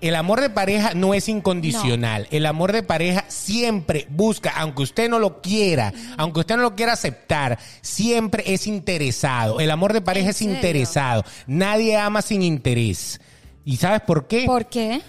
El amor de pareja no es incondicional. El amor de pareja siempre busca, aunque usted no lo quiera, aunque usted no lo quiera aceptar, siempre es interesado. El amor de pareja
¿En
es
serio?
interesado. Nadie ama sin interés. ¿Y sabes por qué?
¿Por qué?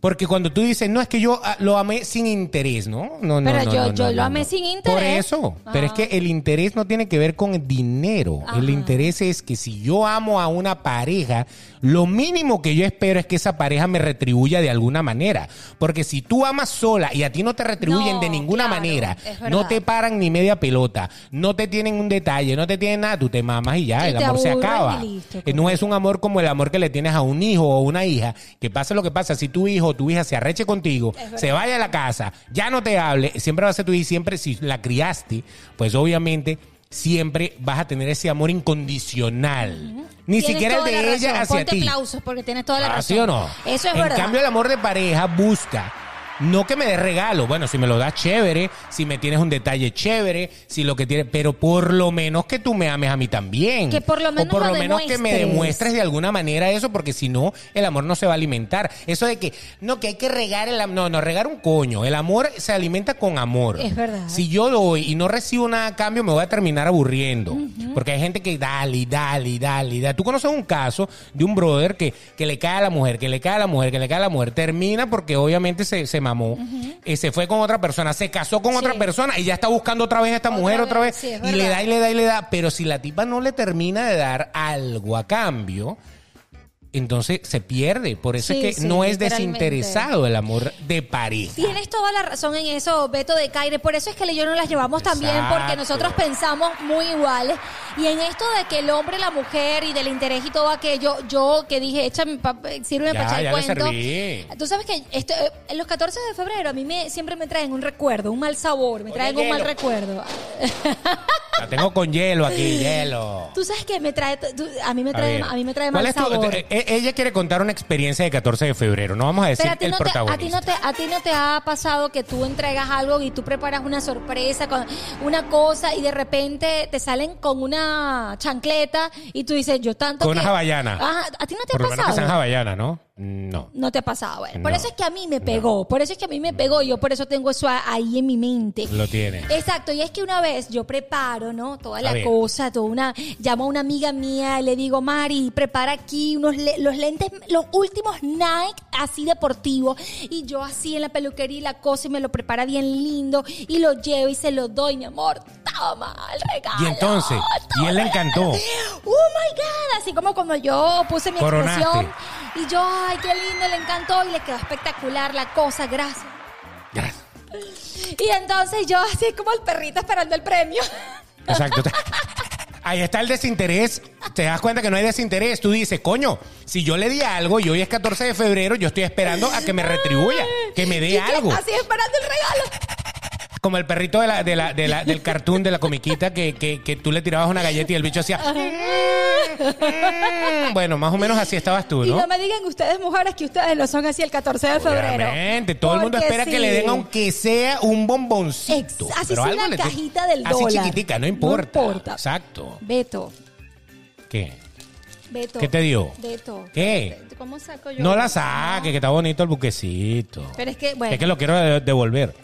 Porque cuando tú dices, no, es que yo ah, lo amé sin interés, ¿no? No, no,
Pero
no,
yo-
no,
yo
no,
lo
no,
amé
no.
sin interés.
Por eso. Pero es
Ah.
que el interés no tiene que ver con dinero. El
Ajá.
interés es que si yo amo a una pareja, lo mínimo que yo espero es que esa pareja me retribuya de alguna manera. Porque si tú amas sola y a ti no te retribuyen
No,
de ninguna
claro,
manera,
es
no
verdad.
te paran ni media pelota, no te tienen un detalle, no te tienen nada, tú te mamas y ya,
Y
el
te
amor se
aburren y
acaba.
listo,
Eh, no es un amor como el amor que le tienes a un hijo o una hija, que pase lo que pasa, si tu hijo o tu hija se arreche contigo, se vaya a la casa, ya no te hable, siempre va a ser tu hija y siempre si la criaste, pues obviamente siempre vas a tener ese amor incondicional. Ni
Tienes
siquiera el
toda la
de ella
razón.
hacia
Ponte
ti.
aplausos porque tienes toda la
Ah,
razón.
¿sí o no?
Eso es
en
verdad.
cambio, el amor de pareja busca no que me des regalo. Bueno, si me lo das chévere, si me tienes un detalle chévere, si lo que tienes, pero por lo menos que tú me ames a mí también.
Que por lo
o
menos
por lo,
lo
menos que me
demuestres.
demuestres de alguna manera eso, porque si no, el amor no se va a alimentar. Eso de que, no, que hay que regar el amor. No, no, regar un coño. El amor se alimenta con amor.
Es verdad.
Si yo doy y no recibo nada a cambio, me voy a terminar aburriendo. Porque hay gente que dale, y dale, y dale, y dale. Tú conoces un caso de un brother que, que le cae a la mujer, que le cae a la mujer, que le cae a la mujer. Termina porque obviamente se, se mamó, eh, se fue con otra persona, se casó con otra
Sí.
persona y ya está buscando otra vez a esta
Otra
mujer
vez,
otra vez.
sí, es
y le
verdad.
da y le da y le da. Pero si la tipa no le termina de dar algo a cambio, entonces se pierde. Por eso es
Sí,
que
sí,
no es
literalmente.
desinteresado el amor de pareja.
Tienes toda la razón en eso, Beto de Caire. Por eso es que yo no las llevamos también,
Exacto.
porque nosotros pensamos muy iguales. Y en esto de que el hombre, la mujer y del interés y todo aquello, yo que dije, échame, pa- eh, sírveme
Ya,
para echar
ya
el
le
cuento.
serví.
Tú sabes que esto, eh, en los 14 de febrero a mí me, siempre me traen un recuerdo, un mal sabor, me
Oye,
traen un mal
hielo.
recuerdo.
La tengo con hielo
(laughs)
aquí, hielo.
Tú sabes que me trae, tú- a mí me
A
trae,
ver,
a, mí me trae
¿cuál
mal
es tu-
sabor.
eh, eh, ella quiere contar una experiencia de 14 de febrero. No vamos a decir
Pero a ti,
el
no te, a, ti
protagonista.
no te, a ti no te ha pasado que tú entregas algo y tú preparas una sorpresa, con una cosa y de repente te salen con una chancleta y tú dices, yo tanto.
Con
que-
una hawaiana.
Ajá, a ti no te
Por lo
ha
menos que sean
pasado.
hawaianas, ¿no? No.
No te ha pasado. bueno. Por
No.
eso es que a mí me pegó. Por eso es que a mí me pegó. Yo por eso tengo eso a- ahí en mi mente.
Lo tiene.
Exacto, y es que una vez yo preparo, ¿no? Toda la
ver.
cosa, toda una. Llamo a una amiga mía y le digo, Mari, prepara aquí unos le- los lentes, los últimos Nike así deportivos. Y yo así en la peluquería y la cosa y me lo prepara bien lindo y lo llevo y se lo doy, mi amor. Toma, el regalo.
Y entonces, y él le
(laughs)
encantó.
Oh my God, así como cuando yo puse mi
Coronaste.
expresión. Y yo, ay, qué lindo, le encantó y le quedó espectacular la cosa, gracias.
Gracias.
Y entonces yo así como el perrito esperando el premio.
Exacto. Ahí está el desinterés. Te das cuenta que no hay desinterés. Tú dices, coño, si yo le di algo y hoy es 14 de febrero, yo estoy esperando a que me retribuya, que me
(laughs) Y que
dé algo.
Así esperando el regalo.
Como el perrito de la, de la, de la- del cartoon, de la comiquita, que, que- que tú le tirabas una galleta y el bicho hacía... "Mm, mm". (laughs) Bueno, más o menos así estabas tú,
Y
¿no?
no me digan ustedes, mujeres, que ustedes lo son así el 14 de febrero.
Obviamente, todo el mundo
Porque
espera
sí.
que le den aunque sea un bomboncito.
Ex- así
pero
sea
algo
una
le tiene-
cajita del
así
dólar.
chiquitica, no
No
importa.
importa.
Exacto.
Beto,
¿Qué?
Beto.
¿Qué te dio?
Beto.
¿Qué?
¿Cómo saco yo?
No la saque, que está bonito el buquecito.
Pero es que, bueno.
Es que lo quiero de- devolver.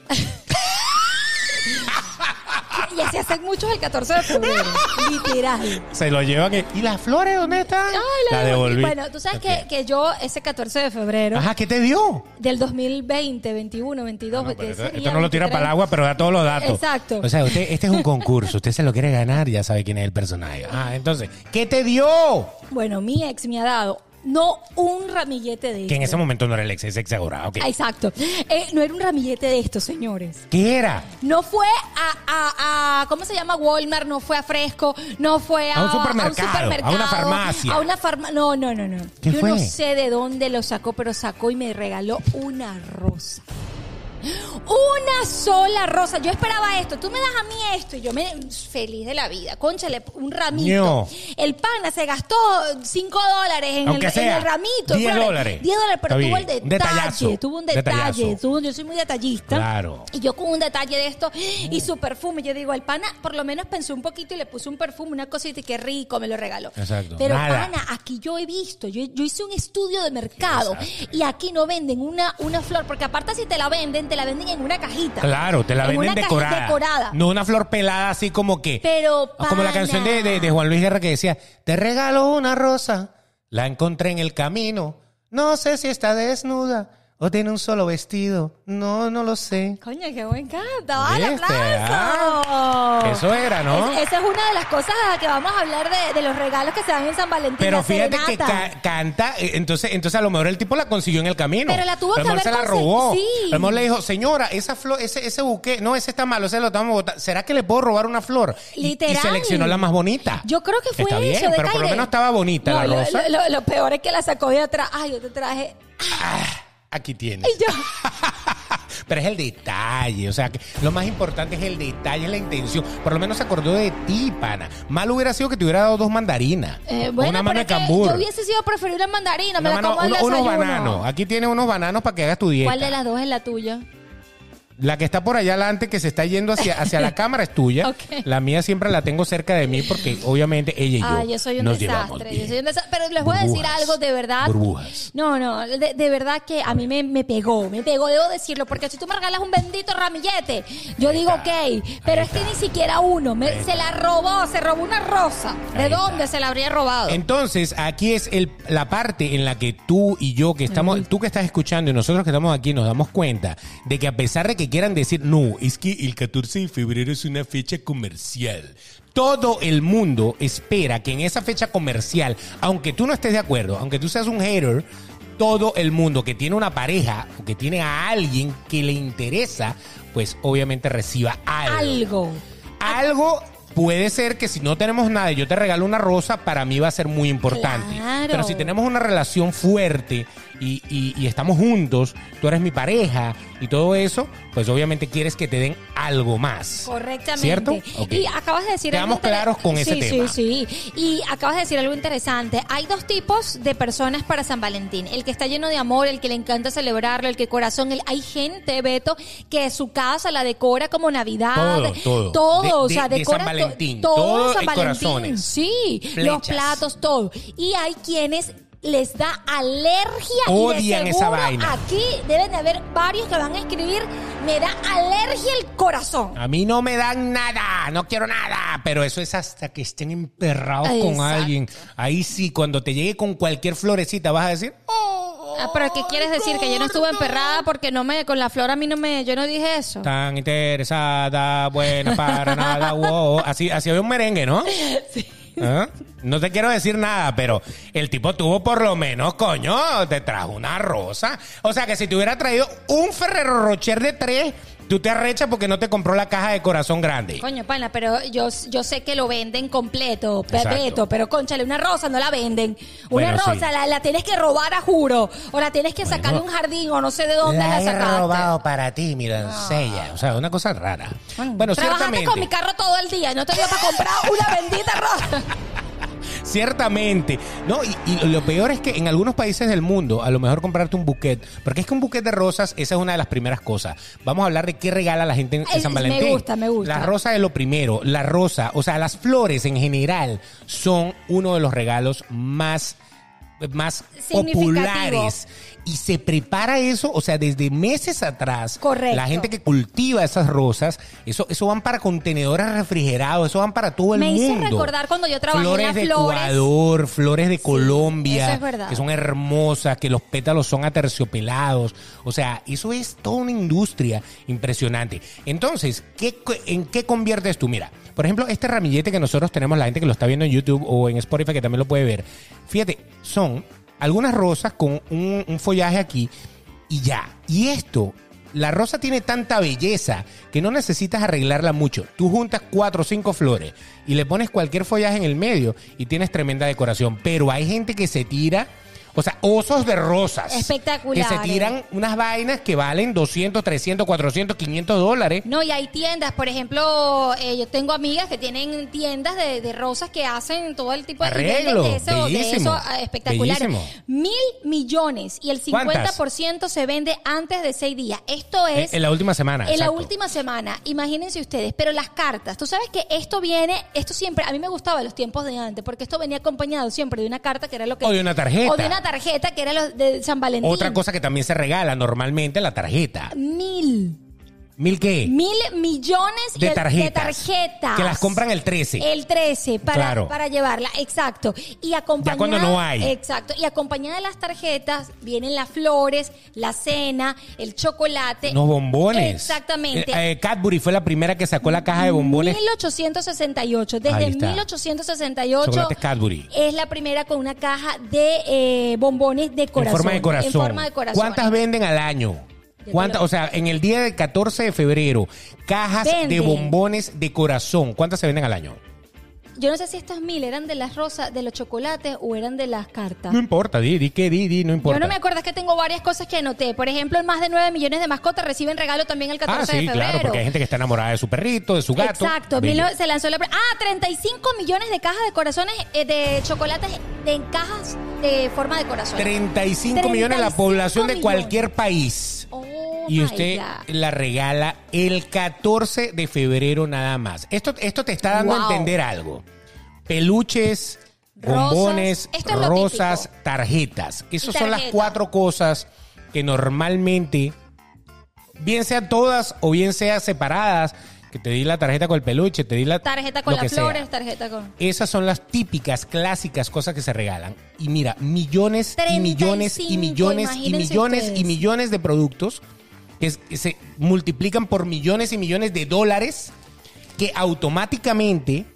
Y así hacen muchos el 14
(laughs)
de febrero. literal.
Se lo llevan y... ¿Y las flores dónde están?
Ay, la devolví. Bueno, tú sabes que, que yo ese 14 de febrero
Ajá, ¿qué te dio?
del 2020, 21, 22,
Ah, No, pero
ese
esto, esto
día
no lo tira
23,
para el agua, pero da todos los datos.
Exacto.
O sea, usted, este es un concurso. Usted se lo quiere ganar, ya sabe quién es el personaje. Ah, entonces, ¿qué te dio?
Bueno, mi ex me ha dado no un ramillete de
Que en ese
esto.
momento no era el ex, es ex ahora. ok.
Ah, Exacto. Eh, no era un ramillete de estos, señores.
¿Qué era?
No fue a, a- a- ¿cómo se llama? Walmart, no fue a Fresco, no fue a,
A un supermercado, a una farmacia.
A una farma- no, no, no, no.
¿Qué
Yo
fue?
no sé de dónde lo sacó, pero sacó y me regaló una rosa. Una sola rosa. Yo esperaba esto. Tú me das a mí esto y yo me feliz de la vida. Conchale, un ramito.
Ño.
El pana se gastó 5 dólares en, el,
Aunque sea,
en el ramito.
10
flores.
dólares.
10 dólares, pero
Está
tuvo el
bien. Un
detalle.
detallazo.
Tuvo un detalle.
Detallazo.
tuvo- yo soy muy detallista.
Claro.
Y yo con un detalle de esto y su perfume. Yo digo, el pana por lo menos pensó un poquito y le puso un perfume, una cosita y qué rico, me lo regaló.
Exacto.
Pero
Nada.
pana, aquí yo he visto, yo, yo hice un estudio de mercado y aquí no venden una, una flor, porque aparte si te la venden, te la venden en una cajita.
Claro, te la
En
venden
una cajita
decorada.
decorada.
No una flor pelada así como que.
Pero
Ah, Como la
pana.
canción de, de- de Juan Luis Guerra que decía: Te regalo una rosa, la encontré en el camino. No sé si está desnuda o tiene un solo vestido. No, no lo sé.
Coño, qué buen canto. ¡Ah, el
¿Viste?
aplauso!
Ah, eso era, ¿no?
Oh. Es- esa es una de las cosas que vamos a hablar de, de los regalos que se dan en San Valentín.
Pero
la
fíjate
serenata.
que ca- canta, eh, entonces, entonces a lo mejor el tipo la consiguió en el camino.
Pero la tuvo
a
que
lo mejor
haber
se la
conse-
robó.
sí.
A lo mejor le dijo, señora, esa flor, ese, ese buque, no, ese está malo, ese lo estamos botando. ¿Será que le puedo robar una flor? Y-
Literal.
Y, seleccionó la más bonita.
Yo creo que fue
Está bien,
eso. de
pero por lo
Caire.
menos estaba bonita
No,
la
lo-
rosa.
Lo, lo- lo peor es que la sacó de atrás. Ay, yo te traje.
Aquí tienes.
Ay,
(laughs)
yo.
Pero es el detalle, o sea, que lo más importante es el detalle, es la intención. Por lo menos se acordó de ti, pana. Mal hubiera sido que te hubiera dado dos mandarinas.
Eh,
O
bueno,
una mano de
pero es que
cambur.
Yo hubiese sido preferible la mandarina. Me
Una mano-
la como al
uno- unos
desayuno.
bananos. Aquí tienes unos bananos para que hagas tu dieta.
¿Cuál de las dos es la tuya?
La que está por allá adelante, que se está yendo hacia, hacia
(laughs)
la cámara, es tuya.
Ok.
La mía siempre la tengo cerca de mí porque obviamente ella y yo,
Ah, yo soy un
nos llevamos
desastre. Yo
bien.
soy un desastre. Pero les voy a decir
Burbujas.
algo de verdad.
Burbujas.
No, no, de, de verdad que a mí me, me pegó, me pegó, debo decirlo, porque si tú me regalas un bendito ramillete, yo
Ahí
digo,
está, ahí
ok, pero es que ni siquiera uno, me-
Ahí
se la robó, se robó una rosa. ¿De
Ahí
dónde
está.
se la habría robado?
Entonces, aquí es el- la parte en la que tú y yo que estamos, tú que estás escuchando y nosotros que estamos aquí nos damos cuenta de que a pesar de que quieran decir, no, es que el 14 de febrero es una fecha comercial. Todo el mundo espera que en esa fecha comercial, aunque tú no estés de acuerdo, aunque tú seas un hater, todo el mundo que tiene una pareja o que tiene a alguien que le interesa, pues obviamente reciba
Algo.
algo puede ser que si no tenemos nada y yo te regalo una rosa, para mí va a ser muy importante.
Claro.
Pero si tenemos una relación fuerte y, y- y estamos juntos, tú eres mi pareja y todo eso, pues obviamente quieres que te den algo más.
Correctamente.
¿Cierto? Ok.
Y acabas de decir
Quedamos
inter-
claros con ese
Sí,
tema.
Sí, sí. Y acabas de decir algo interesante. Hay dos tipos de personas para San Valentín. El que está lleno de amor, el que le encanta celebrarlo, el que corazón. el- Hay gente, Beto, que su casa la decora como Navidad.
Todo, todo. De-
o
de-
sea,
de
decora
San
to-
Valentín.
todo.
Todo
San
y
Valentín.
corazones.
Sí, los
Flechas.
platos, todo. Y hay quienes les da alergia y de
Odian esa
seguro
vaina.
aquí deben de haber varios que van a escribir me da alergia el corazón
A mí no me dan nada, no quiero nada, pero eso es hasta que estén emperrados con
Exacto.
alguien. Ahí sí, cuando te llegue con cualquier florecita, vas a decir,
Ah, pero ¿qué quieres decir? Que yo no estuve emperrada porque no me, con la flor a mí no me, yo no dije eso.
Tan interesada, buena para nada. (laughs) Wow. Así, así había un merengue,
(laughs)
¿no? ¿Ah? No te quiero decir nada, pero el tipo tuvo por lo menos, coño, te trajo una rosa. O sea que si te hubiera traído un Ferrero Rocher de tres, tú te arrechas porque no te compró la caja de corazón grande.
Coño, pana, pero yo, yo sé que lo venden completo,
Exacto.
Beto, pero conchale, una rosa no la venden. Una
Bueno, sí.
rosa la, la tienes que robar a juro, o la tienes que sacar de un jardín, o no sé de dónde la, sacaste. Ah.
para ti, mi doncella. O sea, una cosa rara. Bueno,
Trabajaste con mi
ciertamente.
carro todo el día, y no te dio para comprar una bendita rosa.
Ciertamente. No, y, y lo peor es que en algunos países del mundo, a lo mejor comprarte un buquet, porque es que un buquet de rosas, esa es una de las primeras cosas. Vamos a hablar de qué regala la gente en, en
Ay,
San
me
Valentín.
gusta, me gusta.
La rosa es lo primero. La rosa, o sea, las flores en general son uno de los regalos más más
Significativo.
populares y se prepara eso, o sea, desde meses atrás,
Correcto.
la gente que cultiva esas rosas, eso eso van para contenedores refrigerados, eso van para todo el
Me hizo
mundo.
recordar cuando yo trabajé en
flores
la
de
Flores.
Ecuador, flores de Colombia,
eso es verdad.
que son hermosas, que los pétalos son aterciopelados. O sea, eso es toda una industria impresionante. Entonces, ¿qué, co- ¿en qué conviertes tú? Mira, por ejemplo, este ramillete que nosotros tenemos, la gente que lo está viendo en YouTube o en Spotify, que también lo puede ver, fíjate, son algunas rosas con un, un follaje aquí y ya. Y esto... La rosa tiene tanta belleza que no necesitas arreglarla mucho. Tú juntas cuatro o cinco flores y le pones cualquier follaje en el medio y tienes tremenda decoración. Pero hay gente que se tira, o sea, osos de rosas.
Espectaculares.
Que se tiran unas vainas que valen 200, 300, 400, 500 dólares.
No, y hay tiendas, por ejemplo, eh, yo tengo amigas que tienen tiendas de, de rosas que hacen todo el tipo de y venden
Arreglo,
de eso, de
bellísimo,
eso eh, espectacular.
bellísimo.
Mil millones y el
¿Cuántas?
50% se vende antes de seis días. Esto es...
En, en la última semana.
En la
exacto.
última semana, imagínense ustedes, pero las cartas, tú sabes que esto viene, esto siempre, a mí me gustaba los tiempos de antes, porque esto venía acompañado siempre de una carta que era lo que...
O de una tarjeta.
O de una tarjeta que era lo de San Valentín.
Otra cosa que también se regala normalmente, la tarjeta.
Mil.
¿Mil qué?
mil millones
De
el-
tarjetas.
tarjetas.
Que las compran el 13.
El 13 para,
Claro.
para llevarla, exacto. Y acompañada,
cuando no hay.
Exacto. Y acompañada de las tarjetas vienen las flores, la cena, el chocolate.
Unos bombones.
Este, Exactamente.
Eh, eh, Cadbury fue la primera que sacó la caja de bombones.
1868.
Ahí
Desde
está.
1868
Chocolates Cadbury.
es la primera con una caja de eh, bombones de
En
corazón.
forma de corazón.
En forma de corazón.
¿Cuántas venden al año?
te
¿Cuántas,
lo-
o sea, en el día del 14 de febrero, cajas de
Venden.
bombones de corazón, ¿cuántas se venden al año?
Yo no sé si estas mil eran de las rosas, de los chocolates o eran de las cartas.
No importa, di, di, que di, di, no importa.
Ah. Yo no me acuerdo, es que tengo varias cosas que anoté. Por ejemplo, más de 9 millones de mascotas reciben regalo también el 14
Ah, sí,
de febrero.
claro, porque hay gente que está enamorada de su perrito, de su gato.
Exacto,
Bello.
mil- se lanzó la... pr- Ah, 35 millones de cajas de corazones, eh, de chocolates, de en cajas de forma de corazón.
35 millones de la población de
35
cualquier país.
Oh, Oh
y
my
usted
God.
la regala el 14 de febrero nada más. Esto, esto te está dando
Wow.
a entender algo. Peluches,
Rosas.
bombones,
Esto es lo
rosas,
típico.
tarjetas. Esas son las
tarjeta.
cuatro cosas que normalmente, bien sean todas o bien sean separadas, que te di la tarjeta con el peluche, te di la
Tarjeta con
lo que
las
sea.
flores, tarjeta con.
Esas son las típicas, clásicas cosas que se regalan. Y mira, millones y millones y
35,
millones y
imagínense
millones y
ustedes.
millones de productos que, es- que se multiplican por millones y millones de dólares que automáticamente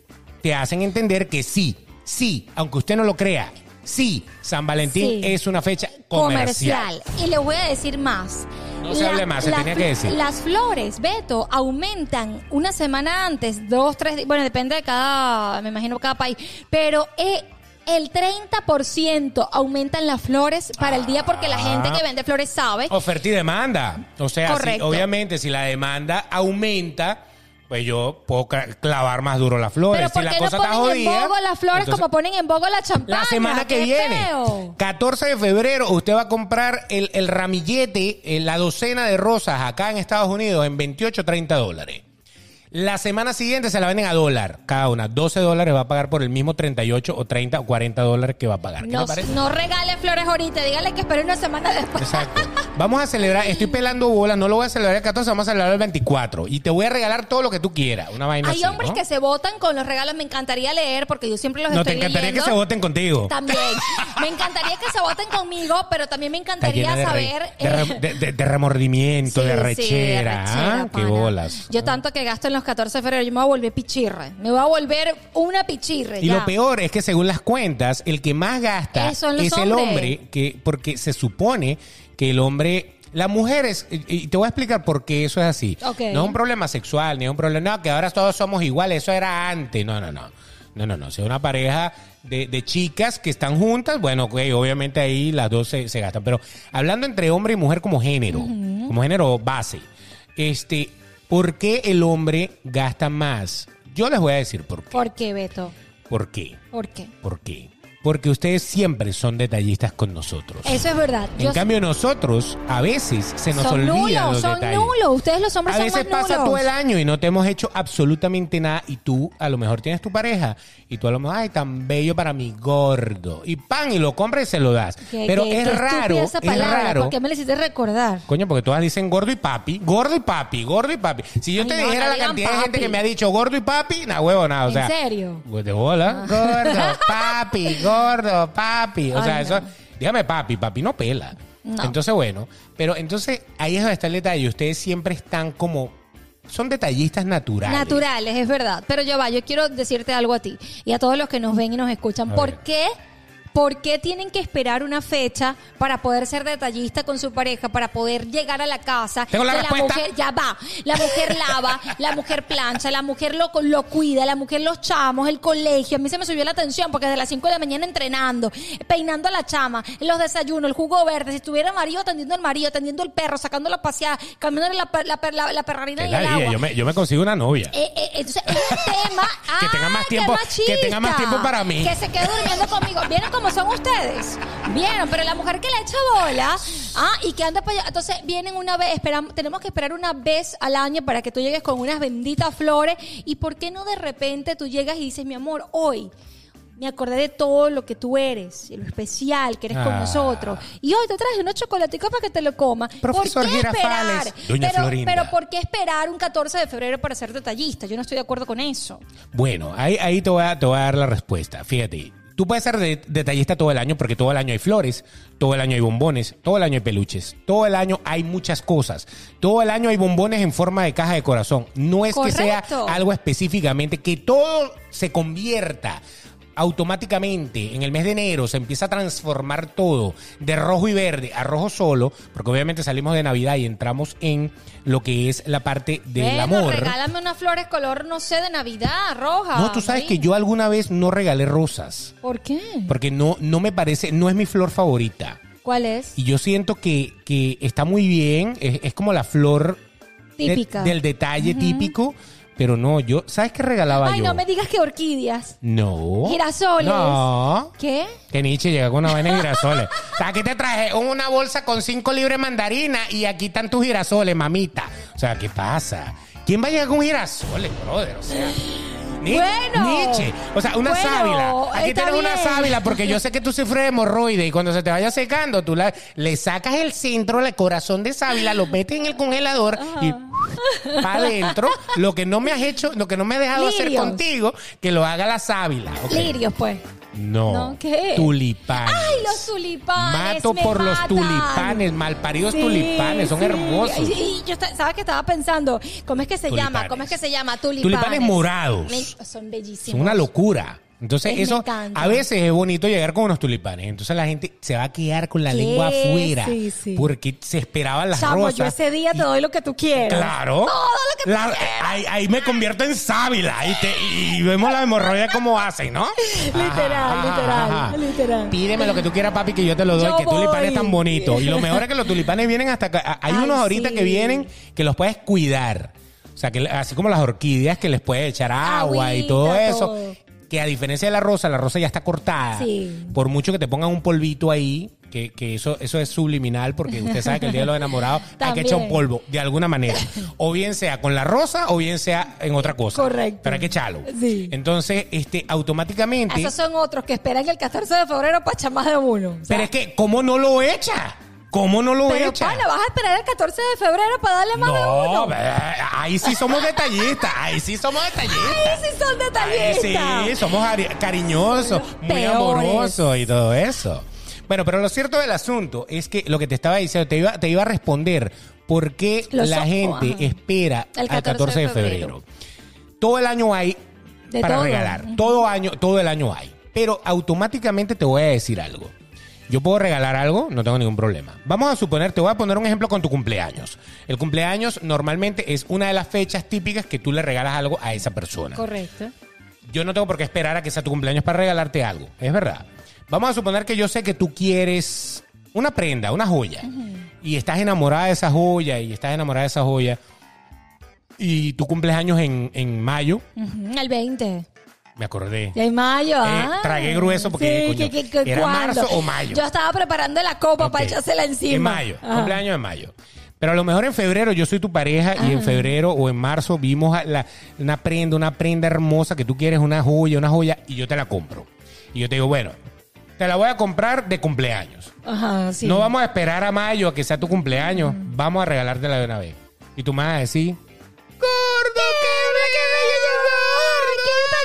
te hacen entender que sí, sí, aunque usted no lo crea, sí, San Valentín
Sí.
es una fecha comercial.
comercial. Y les voy a decir más.
No se hable más, se tenía
fl-
que decir.
Las flores, Beto, aumentan una semana antes, dos, tres, di- bueno, depende de cada, me imagino, cada país, pero eh, el 30% aumentan las flores para el día porque la
Ah.
gente que vende flores sabe.
Oferta y demanda. O sea, si-
Correcto.
obviamente, si la demanda aumenta, pues yo puedo ca- clavar más duro las flores.
Pero
si
¿por
la
qué no
cosa está
ponen
jodida,
en bogo las flores
entonces-
como ponen en bogo la champaña?
La semana que
¡Qué
viene,
feo!
14 de febrero, usted va a comprar el, el ramillete, eh, la docena de rosas acá en Estados Unidos en 28, 30 dólares. La semana siguiente se la venden a dólar cada una. 12 dólares va a pagar por el mismo 38 o 30 o 40 dólares que va a pagar. ¿Qué
No,
le parece?
no regale flores ahorita, dígale que espere una semana después.
Exacto. Vamos a celebrar, estoy pelando bolas, no lo voy a celebrar el 14, vamos a celebrar el 24. Y te voy a regalar todo lo que tú quieras. Una vaina
Hay
así,
hombres
¿no?
que se votan con los regalos. Me encantaría leer porque yo siempre los
No, te
estoy
encantaría que
leyendo.
se voten contigo.
También. Me encantaría que se voten conmigo, pero también me
Está
encantaría
llena de, re-
saber.
de re-
eh,
de- de- de remordimiento,
(laughs) sí,
de
sí,
rechera.
rechera,
¿ah? Qué
pana.
bolas.
Yo tanto que gasto en los 14 de febrero, yo me voy a volver pichirre. Me voy a volver una pichirre.
Y
Este, ya.
lo peor es que según las cuentas, el que más gasta
Eh, son los
es el
hombres.
hombre, que porque se supone que el hombre... Las mujeres, y- y te voy a explicar por qué eso es así.
Ok.
No es un problema sexual, ni es un problema, no, que ahora todos somos iguales, eso era antes. No, no, no. No, no, no. Si es una pareja de, de chicas que están juntas, bueno, ok, obviamente ahí las dos se, se gastan. Pero hablando entre hombre y mujer como género, como género base, este, ¿por qué el hombre gasta más? Yo les voy a decir por qué.
¿Por qué, Beto?
¿Por qué?
¿Por qué?
¿Por qué? Porque ustedes siempre son detallistas con nosotros.
Eso es verdad.
en
Yo-
cambio, nosotros a veces se nos
son
olvidan
nulos,
los
son
detalles.
nulos. Ustedes los hombres
A
son
veces
más
pasa
nulos.
todo el año y no te hemos hecho absolutamente nada y tú a lo mejor tienes tu pareja y tú a lo mejor, ay, tan bello para mi gordo. Y pan, y lo compras y se lo das.
Qué-
Pero
qué-
es
qué estúpida
raro,
esa
es
palabra,
raro.
¿Por qué me la hiciste recordar?
Coño, porque todas dicen gordo y papi, gordo y papi, gordo y papi. Si yo
Ay,
te
no,
dijera
no
la
digan
cantidad de gente
papi.
que me ha dicho gordo y papi, na huevo, nada. O
¿En
sea,
serio? Ah.
pues de bola.
(laughs)
Gordo, papi, gordo, papi. O
Ay,
sea,
no.
eso. Dígame papi, papi no pela.
No.
Entonces, bueno. Pero entonces, ahí es donde está el detalle. Ustedes siempre están como. Son detallistas naturales.
Naturales, es verdad. Pero yo va, yo quiero decirte algo a ti y a todos los que nos ven y nos escuchan.
A
¿Por
ver.
qué? ¿Por qué tienen que esperar una fecha para poder ser detallista con su pareja, para poder llegar a la casa?
Tengo la
Que
respuesta.
mujer ya va, la mujer lava, la mujer plancha, la mujer lo, lo cuida, la mujer los chamos, el colegio. A mí se me subió la atención porque desde las 5 de la mañana entrenando, peinando a la chama, los desayunos, el jugo verde, si estuviera marido atendiendo al marido, atendiendo al perro, sacándolo a pasear, cambiándole la, per- la, per- la- la perrarina
Es
en
la
el
vida,
agua.
Yo me, yo me consigo una novia.
Eh, eh, entonces es un tema
(laughs) Que tenga
¡Ah,
más
qué
tiempo-
machista!
que tenga más tiempo para mí.
que se quede durmiendo conmigo vieron cómo son ustedes vieron pero la mujer que le echa bola ah y que anda para allá entonces vienen una vez esperamos tenemos que esperar una vez al año para que tú llegues con unas benditas flores y por qué no de repente tú llegas y dices mi amor hoy me acordé de todo lo que tú eres, y lo especial que eres con
Ah.
nosotros. Y hoy te traje unos chocolaticos para que te lo comas.
Profesor
¿Por qué
Girafales.
esperar?
Doña
pero,
Florinda.
pero ¿por qué esperar un 14 de febrero para ser detallista? Yo no estoy de acuerdo con eso.
Bueno, ahí, ahí te, voy a, te voy a dar la respuesta. Fíjate, tú puedes ser de- detallista todo el año porque todo el año hay flores, todo el año hay bombones, todo el año hay peluches, todo el año hay muchas cosas, todo el año hay bombones en forma de caja de corazón. No es que sea
Correcto.
algo específicamente, que todo se convierta automáticamente en el mes de enero se empieza a transformar todo de rojo y verde a rojo solo porque obviamente salimos de navidad y entramos en lo que es la parte del
Bueno,
amor
regálame unas flores color, no sé, de Navidad, roja.
no, tú sabes que
amarillo.
yo alguna vez no regalé rosas.
¿Por qué?
Porque no, no me parece, no es mi flor favorita.
¿Cuál es?
Y yo siento que, que está muy bien, es, es como la flor de-
Típica.
del detalle típico, Pero no, yo, ¿sabes qué regalaba
Ay,
yo?
no me digas que orquídeas.
No.
Girasoles.
No.
¿Qué?
Que Nietzsche llega con una vaina de girasoles. aquí te traje una bolsa con cinco libres de mandarina y aquí están tus girasoles, mamita. O sea, ¿qué pasa? ¿Quién va a llegar con girasoles, brother? O sea. Ni-
Bueno.
Nietzsche. O sea, una
Bueno,
sábila. Aquí
está
tienes una
bien.
sábila porque yo sé que tú sufres de hemorroides y cuando se te vaya secando, tú la- le sacas el centro, el corazón de sábila, lo metes en el congelador y para adentro. Lo que no me has hecho, lo que no me has dejado hacer
Lirios.
contigo, que lo haga la sábila. ¿ok?
Lirios, pues.
No.
No, ¿qué?
Tulipanes.
Ay, los tulipanes.
Mato
me
por los
matan.
tulipanes, malparidos
Sí,
tulipanes, son
sí.
hermosos.
Y, y yo esta- sabes que estaba pensando, ¿cómo es que se
Tulipanes.
llama? ¿Cómo es que se llama? Tulipanes.
Tulipanes morados.
Me- son bellísimos.
Son una locura. Entonces,
Ay, me
eso
encanta.
a veces es bonito llegar con unos tulipanes. Entonces, la gente se va a quedar con la
¿Qué?
lengua afuera.
Sí, sí.
Porque se esperaban las
Chamo,
rosas.
yo ese día te doy lo que tú quieras.
Claro.
Todo lo que tú
La- ahí, ahí me convierto en sábila y, te- y vemos la hemorroida cómo hacen, ¿no?
(laughs) Literal,
Ah,
literal, literal.
Pídeme lo que tú quieras, papi, que yo te lo doy.
Yo
que tulipanes
voy.
tan bonitos. Y lo mejor es que los tulipanes vienen hasta acá. A- Hay
Ay,
unos ahorita
sí.
que vienen que los puedes cuidar. O sea, que le- así como las orquídeas que les puedes echar agua y
Agüita,
todo eso.
todo.
Que a diferencia de la rosa, la rosa ya está cortada.
Sí.
Por mucho que te pongan un polvito ahí, que, que eso, eso es subliminal, porque usted sabe que el día de los
(laughs)
enamorados hay que echar un
También.
polvo polvo, de alguna manera. O bien sea con la rosa o bien sea en otra cosa.
Correcto.
Pero hay que echarlo.
Sí.
Entonces, este, automáticamente.
Esos son otros que esperan el 14 de febrero para echar más de uno. O sea,
Pero es que, ¿cómo no lo echa? ¿Cómo no lo
pero
echa?
pana, vas a esperar el 14 de febrero para darle más de
no,
uno.
ve, ahí sí somos detallistas. Ahí sí somos detallistas.
Ay, sí son
Ay,
detallistas.
Sí, somos ari- cariñosos,
Son los
muy
peores.
amorosos y todo eso. Bueno, pero lo cierto del asunto es que lo que te estaba diciendo, te iba, te iba a responder por qué
Los
la
ojos,
gente
ajá.
espera
El
al 14 de febrero. Todo el año hay
De
para
todo.
regalar. Todo, año, todo el año hay. Pero automáticamente te voy a decir algo. Yo puedo regalar algo, no tengo ningún problema. Vamos a suponer, te voy a poner un ejemplo con tu cumpleaños. El cumpleaños normalmente es una de las fechas típicas que tú le regalas algo a esa persona
Correcto.
yo no tengo por qué esperar a que sea tu cumpleaños para regalarte algo. Es verdad. Vamos a suponer que yo sé que tú quieres una prenda, una joya. Y estás enamorada de esa joya y estás enamorada de esa joya. Y tú cumples años en, en mayo.
Ujú, El 20.
Me acordé.
De mayo,
Eh,
ah.
tragué grueso porque,
Sí,
coño,
que- que- que
¿era
¿cuándo?
marzo o mayo?
Yo estaba preparando la copa para
Ok.
echársela encima.
En mayo,
Ajá.
cumpleaños en mayo. Pero a lo mejor en febrero yo soy tu pareja y en febrero o en marzo vimos a la- una prenda, una prenda hermosa que tú quieres, una joya, una joya, y yo te la compro. Y yo te digo, bueno, te la voy a comprar de cumpleaños.
Ajá, sí.
No vamos a esperar a mayo a que sea tu cumpleaños, vamos a regalártela de una vez. Y tú me vas a decir, gordo,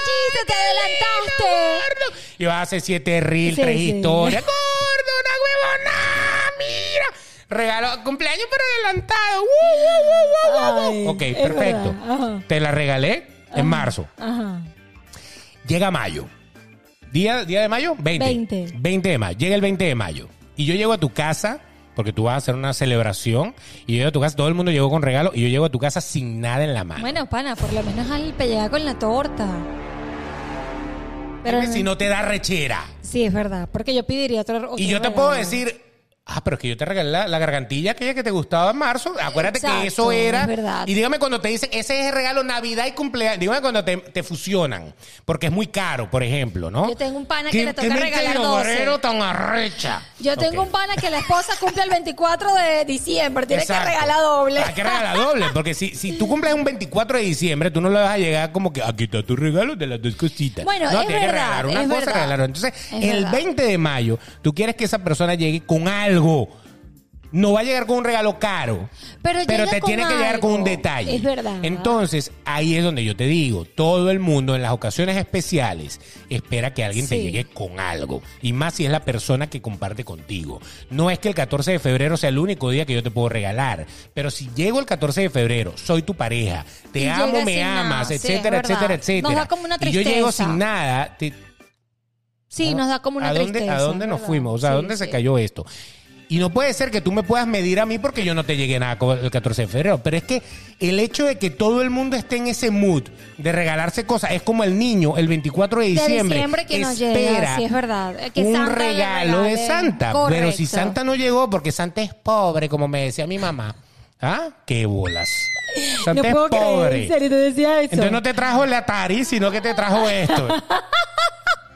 ¡Qué detallista! ¡Te adelantaste!
gordo. Y vas a hacer siete reels,
Sí,
tres
sí.
historias. Gordo, una huevona, mira. Regalo, cumpleaños por adelantado. ¡Woo, woo, woo, woo, woo!
Ay,
ok,
es
perfecto.
verdad. Ajá.
Te la regalé en marzo.
Ajá.
Llega mayo. ¿Día, día de mayo? 20.
20.
20 de mayo. Llega el 20 de mayo. Y yo llego a tu casa, porque tú vas a hacer una celebración, y yo llego a tu casa, todo el mundo llegó con regalo, y yo llego a tu casa sin nada en la mano.
Bueno, pana, por lo menos al pellegar con la torta. Pero
Dime si no te da rechera.
Sí, es verdad, porque yo pediría otro. otro
Y yo te
regalo.
puedo decir, ah, pero es que yo te regalé la, la gargantilla aquella que te gustaba en marzo. Acuérdate que
Exacto,
eso era.
es verdad.
Y dígame cuando te dicen, ese es el regalo Navidad y cumpleaños. Dígame cuando te, te fusionan, porque es muy caro, por ejemplo, ¿no?
Yo tengo un pana que
¿Qué-
le
qué
toca regalar
mentira,
12.
guerrero tan arrecha?
Yo tengo
Ok.
un pana que la esposa cumple el 24 de diciembre, tiene
Exacto. Ah,
que regalar doble.
Hay que regalar doble, porque si, si tú cumples un 24 de diciembre, tú no le vas a llegar como que aquí está tu regalo de las dos cositas.
Bueno,
no,
es
tienes que
verdad,
regalar una
es
cosa,
verdad.
regalar otra. Entonces,
Es
el
verdad.
20 de mayo, tú quieres que esa persona llegue con algo. No va a llegar con un regalo caro.
Pero llega
te
con
tiene que llegar con un
algo.
detalle.
Es verdad.
Entonces, ahí es donde yo te digo, todo el mundo en las ocasiones especiales espera que alguien te
Sí.
llegue con algo. Y más si es la persona que comparte contigo. No es que el 14 de febrero sea el único día que yo te puedo regalar. Pero si llego el 14 de febrero, soy tu pareja, te
Y
amo,
llega
me
sin
amas,
nada. Sí, es
etcétera,
verdad.
etcétera,
Nos
etcétera.
da como una
Y yo llego
tristeza.
sin nada, te-
Sí, nos da como una
¿A dónde,
tristeza.
¿A dónde
es
nos
verdad.
fuimos? O sea, ¿a
Sí,
dónde se
sí.
cayó esto? Y no puede ser que tú me puedas medir a mí porque yo no te llegué nada con el 14 de febrero. Pero es que el hecho de que todo el mundo esté en ese mood de regalarse cosas es como el niño el 24 de
De
diciembre.
diciembre que nos
espera
llega, sí, es verdad. Eh, que
un
Santa le
regalo de
regale.
Santa. Pero si
Correcto.
Santa no llegó porque Santa es pobre, como me decía mi mamá. ¿Ah? ¡Qué bolas! Santé
no puedo
pobre.
creer, en serio, te decía eso.
Entonces no te trajo el Atari, sino que te trajo esto.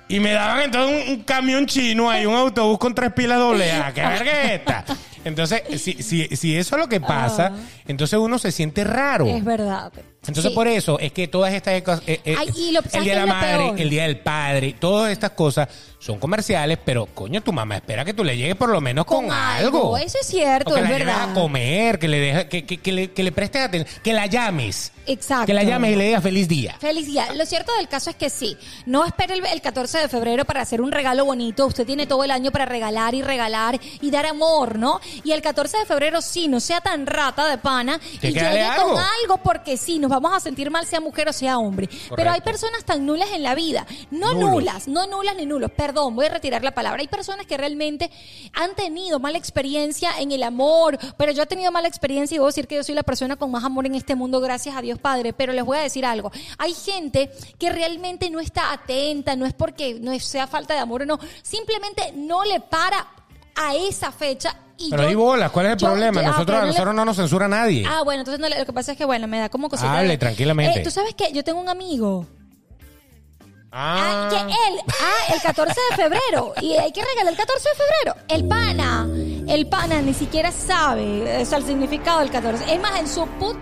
Y me daban entonces un, un camión chino ahí, un autobús con tres pilas doble A. ¡Qué verga es esta! Entonces, si, si, si eso es lo que pasa, entonces uno se siente raro.
Es verdad. pero-
Entonces,
Sí.
por eso es que todas estas cosas. eh, eh,
Ay, y lo-
el
¿sabes
día de la
qué es lo
madre,
peor?
el día del padre, todas estas cosas son comerciales, pero coño, tu mamá espera que tú le llegues por lo menos con,
Con
algo.
algo, eso es cierto,
O que
es
la lleves
verdad.
a comer, que le, dejes- que, que- que le, que le prestes atención, que la llames.
Exacto.
Que la llames y le digas feliz día.
Feliz día. Lo cierto del caso es que sí. No espere el, el 14 de febrero para hacer un regalo bonito. Usted tiene todo el año para regalar y regalar y dar amor, ¿no? Y el 14 de febrero sí, no sea tan rata de pana
Que
y
que dale
llegue
algo.
con algo porque sí, nos vamos a sentir mal sea mujer o sea hombre. Pero hay personas tan nulas en la vida. No
Nulos.
nulas, no nulas ni nulos. Perdón, voy a retirar la palabra. Hay personas que realmente han tenido mala experiencia en el amor, pero yo he tenido mala experiencia y voy a decir que yo soy la persona con más amor en este mundo, gracias a Dios Padre. Pero les voy a decir algo. Hay gente que realmente no está atenta, no es porque no sea falta de amor o no, simplemente no le para a esa fecha. Y
Pero
yo-
ahí bolas, ¿cuál es el
yo-
problema?
ah,
nosotros,
pero
a
no le-
nosotros no nos censura nadie.
Ah, bueno, entonces no le- lo que pasa es que, bueno, me da como cosita.
Hable
de-
tranquilamente.
Eh, Tú sabes que yo tengo un amigo.
Ah.
Ah, que él, ah, el 14 de febrero. Y hay que regalar el 14 de febrero. El pana, el pana ni siquiera sabe eh, o sea, el significado del 14. Es más, en su puta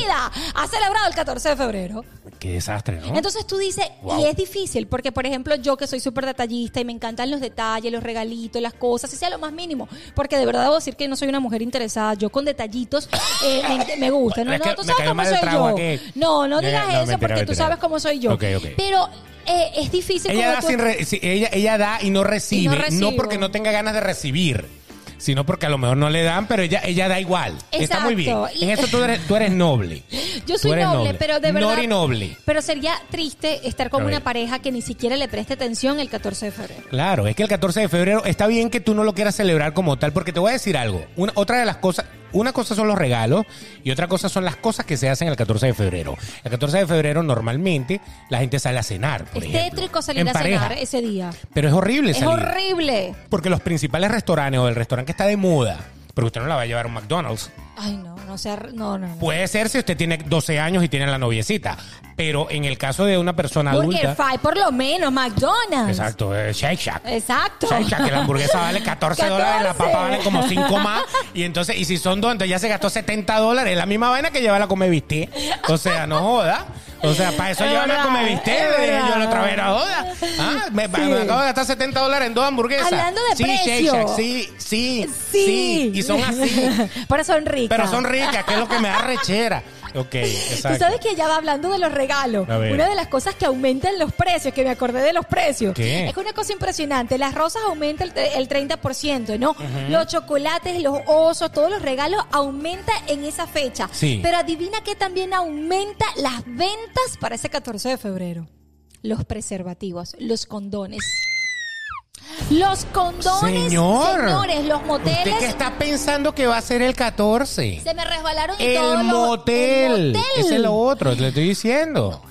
vida ha celebrado el 14 de febrero.
Qué desastre, ¿no?
eh. Entonces tú dices, y
Wow.
es difícil, porque por ejemplo yo que soy súper detallista y me encantan los detalles, los regalitos, las cosas, si sea lo más mínimo, porque de verdad debo decir que no soy una mujer interesada, yo con detallitos eh, me, me gusta, no,
Es que
no, tú
me
sabes
cayó
cómo
mal el
soy
trago
yo.
aquí.
No, no
Ya,
digas
no,
eso
mentira,
porque tú
mentira.
sabes cómo soy yo.
Ok, ok.
Pero eh, es difícil
ella, da
cuando tú-
sin re- si- ella, ella da y no recibe.
recibo.
no porque no tenga ganas de recibir, sino porque a lo mejor no le dan, pero ella, ella da igual. Está muy bien.
Exacto. Y-
En eso tú eres, tú eres noble.
(laughs) Yo
Tú
soy
eres
noble, pero de verdad.
Nori noble.
Pero sería triste estar con
A ver.
una pareja que ni siquiera le preste atención el 14 de febrero.
Claro, es que el 14 de febrero está bien que tú no lo quieras celebrar como tal, porque te voy a decir algo. Una, otra de las cosas, una cosa son los regalos y otra cosa son las cosas que se hacen el 14 de febrero. El 14 de febrero normalmente la gente sale a cenar. Por
es
ejemplo,
tétrico salir
en
a
pareja.
cenar ese día.
Pero es horrible
Es
salir.
horrible.
Porque los principales restaurantes o el restaurante que está de moda, porque usted no la va a llevar a un McDonald's.
Ay, no, no sea. No, no. no.
Puede ser si usted tiene 12 años y tiene la noviecita. Pero en el caso de una persona
Burger
adulta.
Fry, por lo menos, McDonald's.
Exacto, eh, Shake Shack.
Exacto.
Shake Shack, que la hamburguesa vale 14, dólares, la
14.
papa vale como 5 más. Y entonces, y si son dos, entonces ya se gastó 70 dólares. Es la misma vaina que lleva la come Visté. O sea, no joda. O sea, para eso
Es
lleva la
verdad,
come Visté.
es
eh,
verdad.
Yo la otra vez era joda. Ah, me, me acabo de gastar 70 dólares en dos hamburguesas.
Hablando de
sí, Shake
precio.
Shack, sí, sí, sí,
(laughs) Sí.
Y son así.
(laughs) Pero son ricas.
Pero son ricas, que es lo que me da rechera. Ok, exacto.
Tú sabes que ya va hablando de los regalos.
A ver.
Una de las cosas que aumentan los precios, que me acordé de los precios,
¿Qué?
es una cosa impresionante. Las rosas aumentan el, el 30%, ¿no? Los chocolates, los osos, todos los regalos aumentan en esa fecha.
Sí.
Pero adivina que también aumenta las ventas para ese 14 de febrero. Los preservativos, los condones. Los condones,
Señor.
señores, los
¿Usted qué
moteles
está pensando que va a ser el 14?
se me resbalaron y todos
El
los- el
motel.
motel.
Ese es lo otro, le estoy diciendo.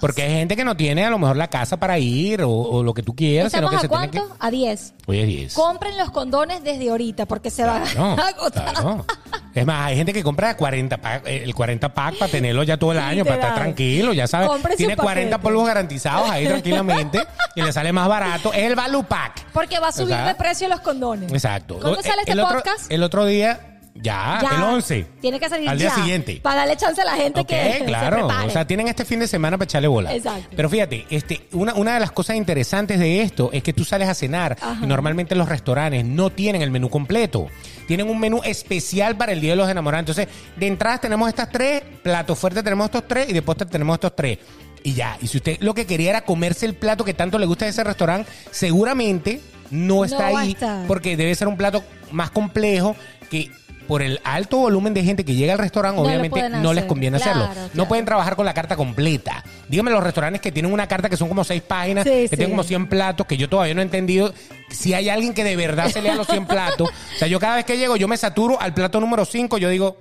Porque hay gente que no tiene a lo mejor la casa para ir o, o lo que tú quieras, sino
¿Estamos
que
a
se tiene que.
cuánto? A 10.
Oye, 10.
Compren los condones desde ahorita porque se van (laughs)
No,
a agotar.
claro. Es más, hay gente que compra 40 pack, eh, el 40 pack para tenerlo ya todo el año, para estar
Literal.
tranquilo, ya sabes.
Compre su
Tiene 40
paquete.
polvos garantizados ahí tranquilamente y le sale más barato. Es el Value Pack.
Porque va a subir de
Exacto.
precio los condones.
Exacto.
¿Cuándo
O- eh,
sale este
el otro-
podcast?
El otro día, ya,
Ya.
el 11.
Tiene que salir
Al día
ya,
siguiente.
Para darle chance a la gente
Ok,
que se
claro.
prepare.
o sea, tienen este fin de semana para echarle bola.
Exacto.
Pero fíjate, este, una, una de las cosas interesantes de esto es que tú sales a cenar
Ajá.
y normalmente los restaurantes no tienen el menú completo. Tienen un menú especial para el Día de los Enamorados. Entonces, de entrada tenemos estas tres, plato fuerte tenemos estos tres y de postre tenemos estos tres. Y ya, y si usted lo que quería era comerse el plato que tanto le gusta de ese restaurante, seguramente no está
va a
ahí
estar. porque
porque debe ser un plato más complejo que por el alto volumen de gente que llega al restaurante,
No lo
obviamente
pueden
no
hacer.
les conviene
Claro,
hacerlo. No
claro.
pueden trabajar con la carta completa. Dígame los restaurantes que tienen una carta que son como seis páginas,
Sí,
que
sí.
tienen como 100 platos, que yo todavía no he entendido si hay alguien que de verdad se lea los
(laughs)
100 platos. O sea, yo cada vez que llego, yo me saturo al plato número 5, yo digo,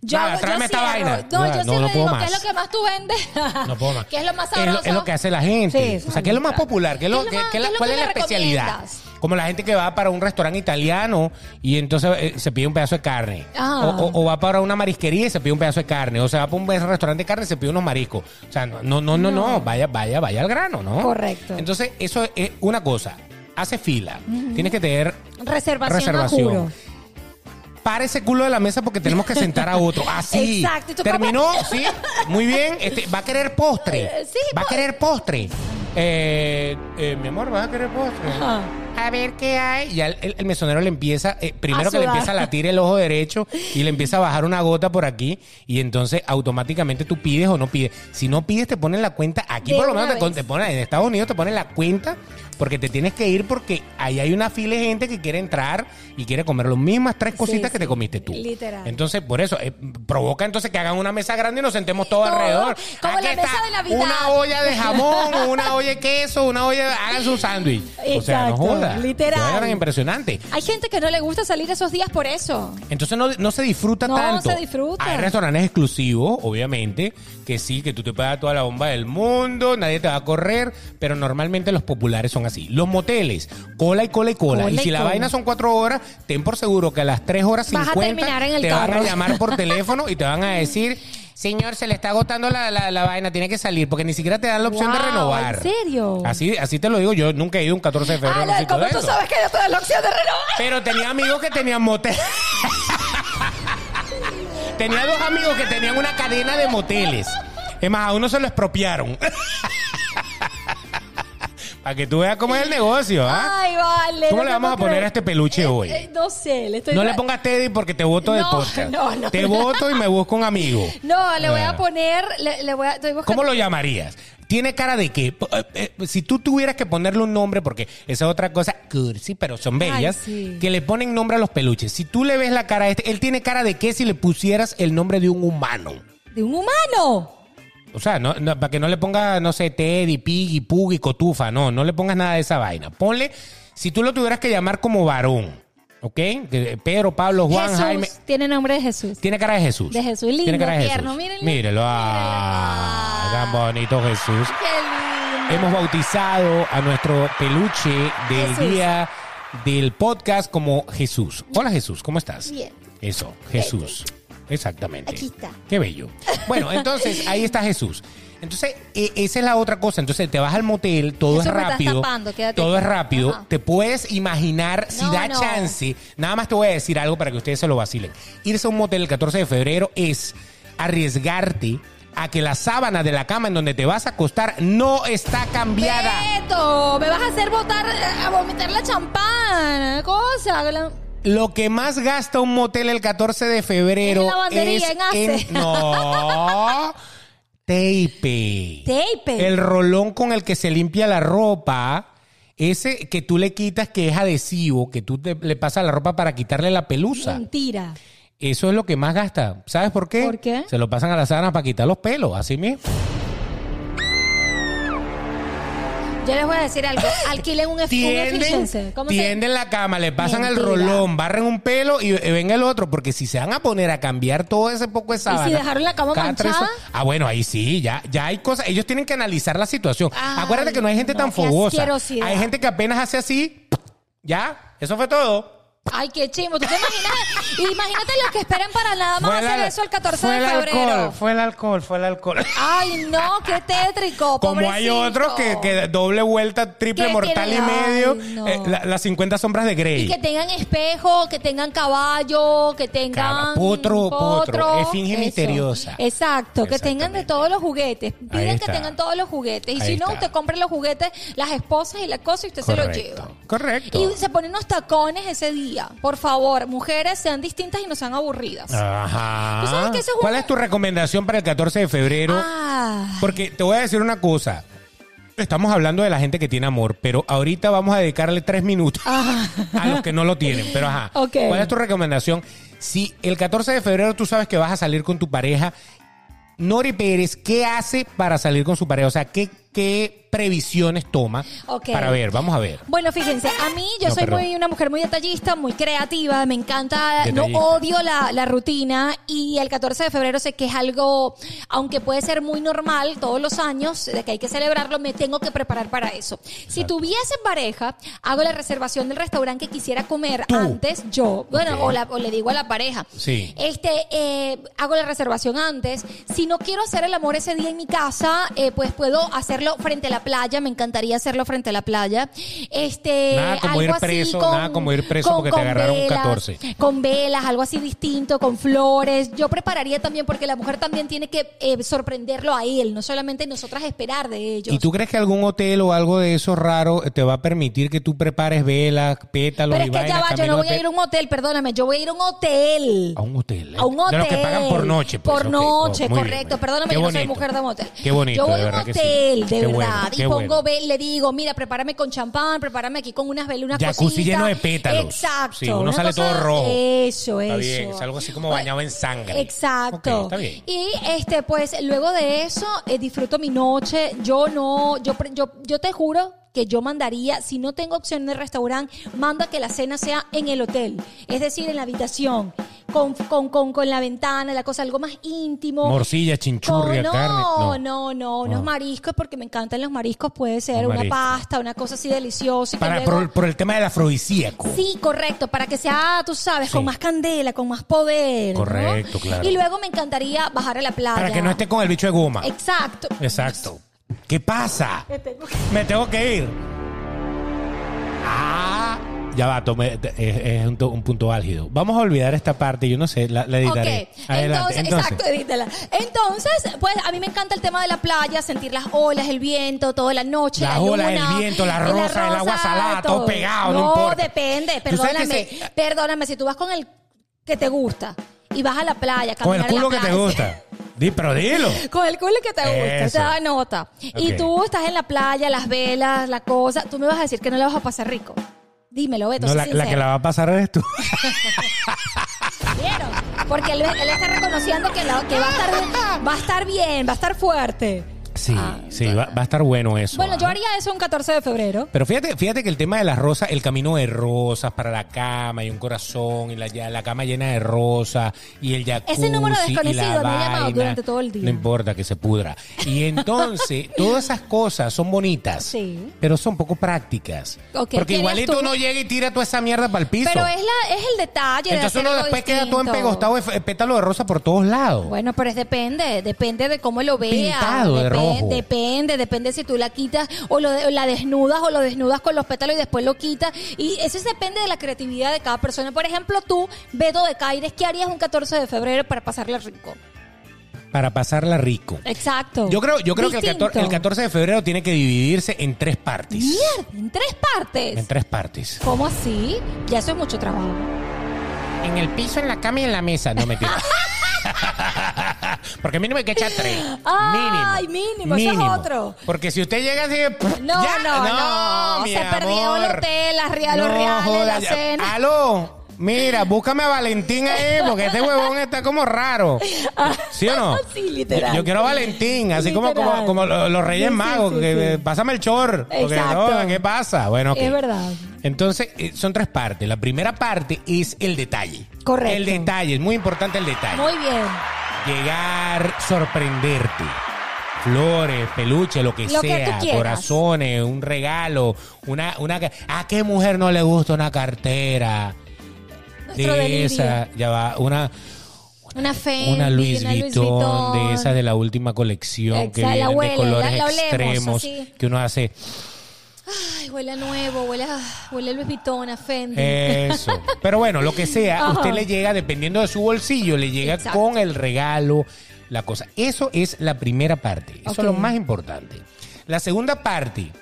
yo,
nada,
yo
tráeme esta
cierro.
vaina.
No,
Nada,
yo
no,
siempre
no puedo
digo,
más.
¿qué es lo que más tú vendes?
(laughs) no puedo más.
¿Qué es lo
Es
más
lo-
sabroso?
Es lo, que hace la gente.
Sí,
o sea, ¿qué es lo más popular? ¿Qué es lo-
¿Qué es lo
qué-
más-
qué es la-
qué es lo
¿Cuál
que
es la
me
especialidad?
recomiendas?
Como la gente que va para un restaurante italiano y entonces eh, se pide un pedazo de carne.
Ah.
O, o- o va para una marisquería y se pide un pedazo de carne. O se va para un restaurante de carne y se pide unos mariscos. O sea, no, no, no, no. no. Vaya, vaya, vaya al grano, ¿no?
Correcto.
Entonces, eso es una cosa. Hace fila. Tienes que tener
Reservación,
Reservación.
a juro.
para ese culo de la mesa porque tenemos que sentar a
(laughs)
otro. Así.
Exacto, y tu
Terminó, sí. Muy bien. Este, va a querer postre.
Eh, sí,
va a
po-
querer postre. Eh, eh, mi amor, vas a querer postre.
Ajá.
A ver qué hay. Ya el, el- el mesonero le empieza, eh, primero
A
que le
sudar.
empieza a latir el ojo derecho y le empieza a bajar una gota por aquí. Y entonces automáticamente tú pides o no pides. Si no pides, te ponen la cuenta. Aquí
De
por lo
una
menos te,
vez.
con- te ponen, en Estados Unidos te ponen la cuenta porque te tienes que ir porque ahí hay una fila de gente que quiere entrar y quiere comer las mismas tres cositas
Sí,
que te
sí.
comiste tú.
Literal.
Entonces, por eso, eh, provoca entonces que hagan una mesa grande y nos sentemos todos
Todo,
alrededor.
como la mesa de Navidad.
Una olla de jamón, una olla de queso, una olla de... Hagan
(laughs)
un sándwich. O sea, no
Exacto,
joda.
literal.
Qué vaina tan impresionante.
Hay gente que no le gusta salir esos días por eso.
Entonces no, no se disfruta
No
tanto.
se disfruta.
Hay restaurantes exclusivos, obviamente, que sí, que tú te pagas toda la bomba del mundo, nadie te va a correr, pero normalmente los populares son así. Los moteles, cola y cola y cola.
Cola
y
y
si la
cola.
vaina son cuatro horas, ten por seguro que a las tres horas
Vas a
50
terminar en el
te van a
carro.
llamar
(laughs)
por teléfono y te van a decir... Señor, se le está agotando la, la- la vaina, tiene que salir, porque ni siquiera te dan la opción de
Wow, ¿en
renovar.
serio?
Así, así te lo digo, yo nunca he ido un 14 de febrero. a
Ah,
un
lo del
sitio
como
de
tú
eso.
sabes que yo estoy en la opción de renovar.
Pero tenía amigos que tenían motel. tenía dos amigos que tenían una cadena de moteles. Es más, a uno se lo expropiaron. Para que tú veas cómo es el negocio, ¿ah?
Ay, vale.
¿Cómo
no
le
te
vamos a
puedo
poner
creer.
a este peluche
Eh,
hoy?
eh, no sé, le estoy
No le pongas Teddy porque te voto del
No,
podcast.
no, no.
te voto y me busco un amigo.
No, le voy
Ah.
a poner. Le, le voy a, estoy buscando-
¿Cómo lo llamarías? ¿Tiene cara de qué? Po- eh, eh, Si tú tuvieras que ponerle un nombre, porque esa es otra cosa, cursi, pero son bellas,
sí.
que le ponen nombre a los peluches. Si tú le ves la cara a este, él tiene cara de qué si le pusieras el nombre de un humano.
De un humano.
O sea, no, no, para que no le pongas, no sé, Teddy, Piggy, Puggy, Cotufa, no, no le pongas nada de esa vaina. Ponle, si tú lo tuvieras que llamar como varón, ¿ok? Que- eh, Pedro, Pablo, Juan,
Jesús.
Jaime.
Tiene nombre de Jesús.
Tiene cara de Jesús.
De Jesús, lindo,
Tiene cara de
tierno,
Jesús.
mírenlo.
Mírelo. Ah, tan bonito Jesús.
Qué lindo.
Hemos bautizado a nuestro peluche del
Jesús.
día del podcast como Jesús. Hola Jesús, ¿cómo estás?
Bien.
Eso, Jesús. Exactamente.
Aquí está.
Qué bello. Bueno, entonces ahí está Jesús. Entonces, e- esa es la otra cosa. Entonces, te vas al motel, todo
Eso
es
me estás
rápido.
tapando, quédate
todo es
aquí.
rápido.
Ajá.
Te puedes imaginar si
No,
da
no.
chance. Nada más te voy a decir algo para que ustedes se lo vacilen. Irse a un motel el 14 de febrero es arriesgarte a que la sábana de la cama en donde te vas a acostar no está cambiada.
Beto, me vas a hacer botar, eh, a vomitar la champán, cosa. la-
Lo que más gasta un motel el 14 de febrero
En lavandería,
es
en Ace.
no tape.
Tape.
El rolón con el que se limpia la ropa, ese que tú le quitas que es adhesivo, que tú te- le pasas la ropa para quitarle la pelusa.
Mentira.
Eso es lo que más gasta. ¿Sabes por qué?
¿Por qué?
Se lo pasan a la sábana para quitar los pelos, así mismo.
Yo les voy a decir
(laughs)
algo. Alquilen un, un
tienden,
efficiency. ¿Cómo se-
tienden la cama, le pasan el
Mentira.
rolón, barren un pelo y, eh, ven el otro, porque si se van a poner a cambiar todo ese poco de sábana.
dejaron la cama
cada tres
manchada?
horas- Ah, bueno, ahí sí, ya, ya hay cosas. Ellos tienen que analizar la situación.
Ay,
Acuérdate que no hay gente
no,
tan
qué
fogosa.
asquerosidad.
Hay gente que apenas hace así, ya, eso fue todo.
Ay, qué chimo. ¿Tú te imaginas? Imagínate los que esperan para nada más
el
hacer
al-
eso el 14
fue
de
el
febrero.
alcohol, fue el alcohol, fue el alcohol.
Ay, no, qué tétrico.
Como hay
pobrecito.
otros que, que doble vuelta, triple
Que
mortal y
tienen- ay,
medio,
no.
eh, la- las 50 sombras de Grey.
Y que tengan espejo, que tengan caballo, que tengan.
Cama, potro, potro, esfinge
eso.
misteriosa.
Exacto, que tengan de
Exactamente.
todos los juguetes. Piden que
está.
tengan todos los juguetes. Y
Ahí
si no,
está.
usted compra los juguetes, las esposas y la cosa y usted se los lleva.
Correcto.
Y se ponen unos tacones ese día. Por favor, mujeres sean distintas y no sean aburridas.
Ah. Ajá.
¿Tú sabes que eso es
¿Cuál
una-
es tu recomendación para el 14 de febrero?
Ah,
Porque te voy a decir una cosa. Estamos hablando de la gente que tiene amor, pero ahorita vamos a dedicarle tres minutos
Ah.
a los que no lo tienen. Pero ajá.
(laughs) Ok.
¿Cuál es tu recomendación? Si el 14 de febrero tú sabes que vas a salir con tu pareja, Nori Pérez, ¿qué hace para salir con su pareja? O sea, ¿qué, qué previsiones toma
Ok.
para ver. Vamos a ver.
Bueno, fíjense, a mí yo
No,
soy
perdón.
muy, una mujer muy detallista, muy creativa, me encanta, no
Detallista.
odio la, la rutina y el 14 de febrero sé que es algo, aunque puede ser muy normal todos los años, de que hay que celebrarlo, me tengo que preparar para eso. Si tuviese pareja, hago la reservación del restaurante que quisiera comer
Tú.
antes, yo, bueno,
Ok.
o, la- o le digo a la pareja.
Sí.
Este, eh, hago la reservación antes. Si no quiero hacer el amor ese día en mi casa, eh, pues puedo hacerlo frente a la playa. Me encantaría hacerlo frente a la playa. Este,
Nada como
algo
ir
así
preso,
con-
nada como ir preso porque te agarraron un 14.
Con velas, algo así distinto, con flores. Yo prepararía también porque la mujer también tiene que eh, sorprenderlo a él, no solamente nosotras esperar de ellos.
¿Y tú crees que algún hotel o algo de eso raro te va a permitir que tú prepares velas, pétalos
Pero es
y
que ya
vainas,
va, yo
Camilo,
no voy a
pe-
ir a un hotel, perdóname, yo voy a ir a un hotel.
A un hotel. ¿eh?
A un hotel.
De los que pagan por noche. pues,
por
ok,
noche,
oh, muy bien,
correcto.
muy bien.
Perdóname,
Qué
yo no soy
bonito.
mujer de motel.
Qué bonito,
Yo voy
de
a un
verdad que sí.
hotel, de
Qué
verdad.
bueno,
y
qué
pongo,
bueno.
ve- le digo, mira, prepárame con champán, prepárame aquí con unas velas, una
Jacuzzi
cosita.
lleno de pétalos.
Exacto.
Sí, uno
una
sale todo rojo.
Eso,
Está
eso.
bien, es algo así como
Bueno,
bañado en sangre.
Exacto.
Ok, está bien.
Y este, pues, luego de eso, eh, disfruto mi noche. Yo no, yo, pre- yo, yo te juro que yo mandaría, si no tengo opción de restaurante, manda que la cena sea en el hotel, es decir, en la habitación, con, con, con, con la ventana, la cosa, algo más íntimo.
Morcilla, chinchurria,
Con- no,
carne.
No, no, no, unos
Ah.
mariscos, porque me encantan los mariscos, puede ser
Un
una
marisco.
pasta, una cosa así deliciosa. y que
Para,
luego-
por, por el tema del afrodisíaco.
Sí, correcto, para que sea, tú sabes, con
Sí.
más candela, con más poder. ¿no?
Correcto, claro.
Y luego me encantaría bajar a la playa.
Para que no esté con el bicho de goma.
Exacto.
Exacto. ¿Qué pasa? Me tengo que ir. Ah, ya va, tomé- te- es, es un, to- un punto álgido. Vamos a olvidar esta parte, yo no sé, la, la
Ok,
editaré. Adelante,
entonces, exacto, edítala. Entonces, pues a mí me encanta el tema de la playa, sentir las olas, el viento, toda la noche,
Las
la
olas, el
luna,
viento, la rosa, el agua salada, todo pegado, no importa.
depende,
Tú sabes que
perdóname,
se-
perdóname, si tú vas con el que te gusta y vas a la playa,
Con el
caminar
culo
a la
que te
playa,
gusta. Di, pero dilo.
(laughs) Con el culo que te gusta,
Eso.
se da nota. Y
Ok.
tú estás en la playa, las velas, la cosa. Tú me vas a decir que no le vas a pasar rico. Dímelo, Beto.
No,
sé
la, la
sincero.
que la va a pasar eres tú. (laughs)
¿Vieron? Porque él, él está reconociendo que, la- que va, a estar, va a estar bien, va a estar fuerte.
Sí,
Ah,
sí, va, va a estar bueno eso.
Bueno,
¿ah?
yo haría eso un 14 de febrero.
Pero fíjate, fíjate que el tema de las rosas, el camino de rosas para la cama y un corazón y la, ya- la cama llena de rosas y el jacuzzi.
número
y la
desconocido me ha llamado
vaina.
durante todo el día.
No importa que se pudra. Y
(laughs)
entonces, todas esas cosas son bonitas,
Sí.
pero son poco prácticas.
Ok,
Porque
¿quieres
igualito
tú?
uno llega y tira toda esa mierda para el piso.
Pero es, la, es el detalle.
entonces
de
uno
hacerlo
después queda todo
distinto.
empegostado de f- eh, pétalo de rosa por todos lados.
Bueno, pero es depende, depende de cómo lo vea.
Pintado de
Depen-
rojo.
Depende, depende si tú la quitas o, lo de- o la desnudas o lo desnudas con los pétalos y después lo quitas. Y eso es- depende de la creatividad de cada persona. Por ejemplo, tú, Beto de Caires, ¿qué harías un 14 de febrero para pasarle rico?
Para pasarla rico.
Exacto.
Yo creo, yo creo que el
Distinto.
14, el 14 de febrero tiene que dividirse en tres partes.
Mierda, en tres partes.
En tres partes.
¿Cómo así? Ya eso es mucho trabajo.
En el piso, en la cama y en la mesa. No, mentira. Porque mínimo hay que echar tres.
Ay, mínimo, eso es
Mínimo.
otro.
Porque si usted llega así... pff,
No,
ya,
no, no,
mi
se perdió el
amor.
hotel, las ria- los reales, la
ya. Ah,
cena.
Aló, mira, búscame a Valentín ahí porque este huevón está como raro. ¿Sí
(laughs)
o no?
Sí, literal.
Yo quiero a Valentín, así como,
Literal.
como, como lo- los Reyes
Sí, sí,
Magos.
sí,
que,
sí.
eh, Pásame el chor. Porque,
Exacto.
no, ¿Qué pasa? Bueno, ok.
Es verdad.
Entonces, eh, son tres partes. La primera parte es el detalle.
Correcto.
El detalle, es muy importante el detalle.
Muy bien.
Llegar, sorprenderte. Flores, peluche, lo que
Lo que tú
sea,
quieras.
corazones, un regalo, una, una... ca- ¿A qué mujer no le gusta una cartera?
Nuestro delirio. Eh,
esa, ya va, una,
Una Fendi,
una Louis Vuitton, de esas
Vuitton.
de la última colección que
Exacto, la
vienen
huele,
de colores
la- la olemos,
extremos,
así.
que uno hace
Ay, huele a nuevo, huele a, huele a Louis Vuitton, a Fendi.
Eh. Eso. Pero bueno, lo que sea,
Ajá.
usted le llega, dependiendo de su bolsillo, le llega
Exacto.
con el regalo, la cosa. Eso es la primera parte. Eso
Ok.
es lo más importante. La segunda parte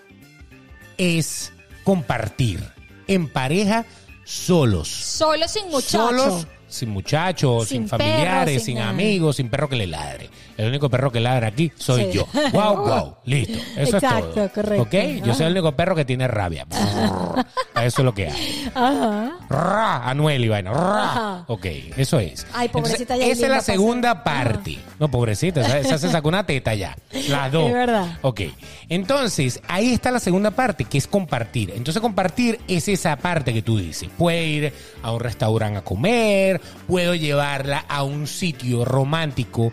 es compartir en pareja solos.
Solo sin muchachos.
Solos sin muchachos, sin,
Sin
familiares,
perro, sin
sin,
nada.
amigos, sin perro que le ladre. El único perro que ladra aquí soy
Sí.
yo.
(laughs)
Wow, wow, listo. Eso
Exacto,
es todo.
correcto.
¿Ok? Yo soy el único perro que tiene
(laughs)
rabia. Eso es lo que hay.
Ajá.
Ra, Anuel y vaina. Ra.
Ajá.
Ok, eso es.
Ay, pobrecita,
Entonces,
Yailin,
Esa es
la
la
pasó.
segunda parte. No, pobrecita, esa, esa se sacó una teta ya. Las dos.
Es verdad.
Ok. Entonces, ahí está la segunda parte, que es compartir. Entonces, compartir es esa parte que tú dices. Puede ir a un restaurante a comer, puedo llevarla a un sitio romántico.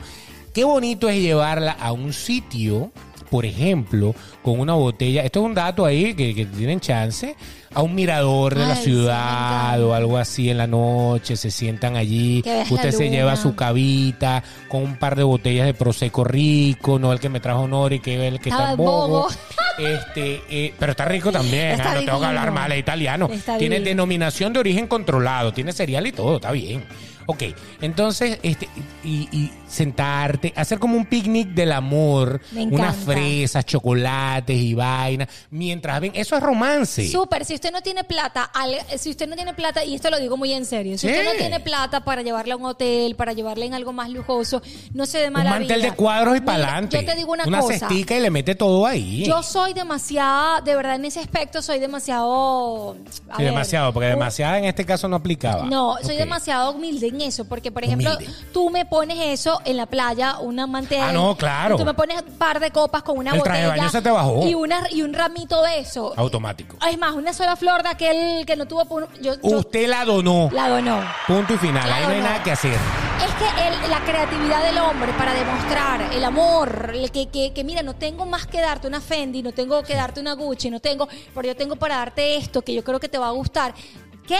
Qué bonito es llevarla a un sitio, por ejemplo, con una botella. Esto es un dato ahí que, que tienen chance. A un mirador de la
Ay, sí, me
ciudad
encanta.
o algo así en la noche, se sientan allí,
Que veas la
usted se
luna.
lleva su cabita con un par de botellas de prosecco rico, no el que me trajo Nori, que es el que está
Estaba
en
en
Bogo.
Bogo.
Este, eh, pero está rico también,
Está
ah, no tengo que
divino.
hablar mal de italiano.
Está
tiene
divino.
denominación de origen controlado, tiene cereal y todo, está bien. Ok, entonces, este, y, y sentarte, hacer como un picnic del amor,
Me
unas
encanta.
fresas, chocolates y vainas, mientras ven, eso es romance.
Súper, si usted no tiene plata, al- si usted no tiene plata, y esto lo digo muy en serio, si usted
Sí.
no tiene plata para llevarle a un hotel, para llevarle en algo más lujoso, no se dé
un
mala
mantel
vida.
de cuadros y
Mira,
pa'lante.
Yo te digo una, cosa.
cestica y le mete todo ahí.
Yo soy demasiada, de verdad, en ese aspecto soy demasiado. a
Sí,
ver,
demasiado, porque
un-
demasiada en este caso no aplicaba.
No, soy
Ok.
demasiado humilde en eso, porque por ejemplo,
Humilde.
tú me pones eso en la playa, una mantel.
Ah, no, claro.
Tú me pones un par de copas con una
El traje
botella.
de baño se te bajó.
Y, una, y un ramito de eso.
Automático.
Es más, una sola flor de aquel que no tuvo. pu- Yo, yo-
Usted la donó.
la donó.
Punto y final.
La
Ahí no hay
donó.
nada que hacer.
Es que el- la creatividad del hombre para demostrar el amor, el que, que, que, mira, no tengo más que darte una Fendi, no tengo que darte una Gucci, no tengo, pero yo tengo para darte esto que yo creo que te va a gustar. ¿Qué?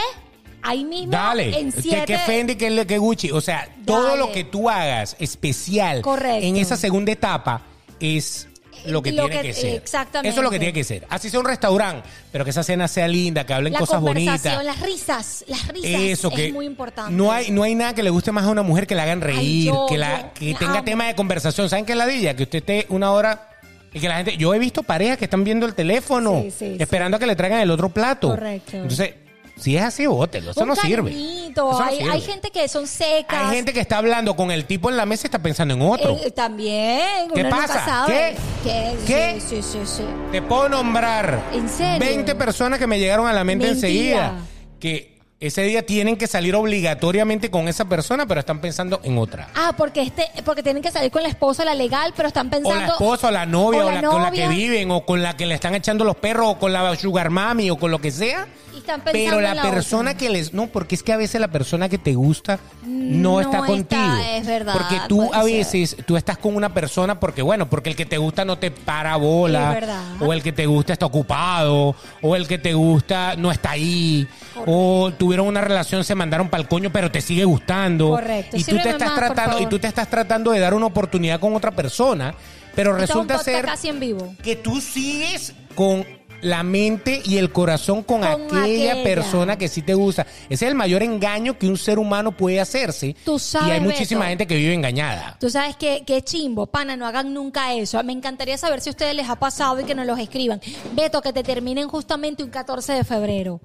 Ahí mismo
Dale.
en
Que-
siete.
Que, Fendi, que, le- que Gucci. O sea, todo
Dale.
lo que tú hagas especial
Correcto. Eh,
en esa segunda etapa es lo que
Lo
tiene que,
que-
ser.
exactamente.
Eso es lo que tiene que ser. Así sea un restaurante, pero que esa cena sea linda, que hablen
la
cosas
conversación,
bonitas.
las risas, las risas
Eso
es
que
muy importante.
No hay, no hay nada que le guste más a una mujer que la hagan reír,
yo,
que la
yo
que
la
tenga
amo.
tema de conversación. ¿Saben qué es la dilla? Que usted esté una hora y que la gente, yo he visto parejas que están viendo el teléfono
Sí, sí,
esperando a que le traigan el otro plato.
Correcto.
Entonces, si es así, bótelo, eso
Un
no sirve.
cariñito,
Eso no
hay,
sirve.
hay gente que son secas.
Hay gente que está hablando con el tipo en la mesa y está pensando en otro.
Eh, también.
¿Qué
uno nunca
pasa?
sabe.
¿Qué?
¿Qué?
¿Qué?
Sí, sí, sí, sí.
Te puedo nombrar
¿En serio?
20 personas que me llegaron a la mente
Mentira.
enseguida. Que ese día tienen que salir obligatoriamente con esa persona, pero están pensando en otra.
Ah, porque este, porque tienen que salir con la esposa, la legal, pero están
O la
pensando.
esposa, o la novia, o,
o
la,
la
con la que
novia.
viven, o con la que le están echando los perros, o con la sugar mami, o con lo que sea.
Y están pensando
Pero la,
en la
persona
otra.
que les... No, porque es que a veces la persona que te gusta no,
No
está,
está,
contigo.
es verdad,
Porque tú
puede
a
ser.
veces, tú estás con una persona porque, bueno, porque el que te gusta no te para bola.
Es verdad.
O el que te gusta está ocupado. O el que te gusta no está ahí. O tuvieron una relación, se mandaron para el coño, pero te sigue gustando.
Correcto.
Y tú, te
Sírveme
estás
más, por
tratando, y
favor.
tú te estás tratando de dar una oportunidad con otra persona, pero
Esto es un
resulta
podcast
ser
casi en vivo.
que tú sigues con la mente y el corazón con,
Con
aquella,
aquella.
persona que sí te gusta. Ese es el mayor engaño que un ser humano puede hacerse.
Tú sabes,
y hay muchísima
Beto.
gente que vive engañada.
Tú sabes que, que chimbo, pana, no hagan nunca eso. Me encantaría saber si a ustedes les ha pasado y que nos los escriban. Beto, que te terminen justamente un 14 de febrero.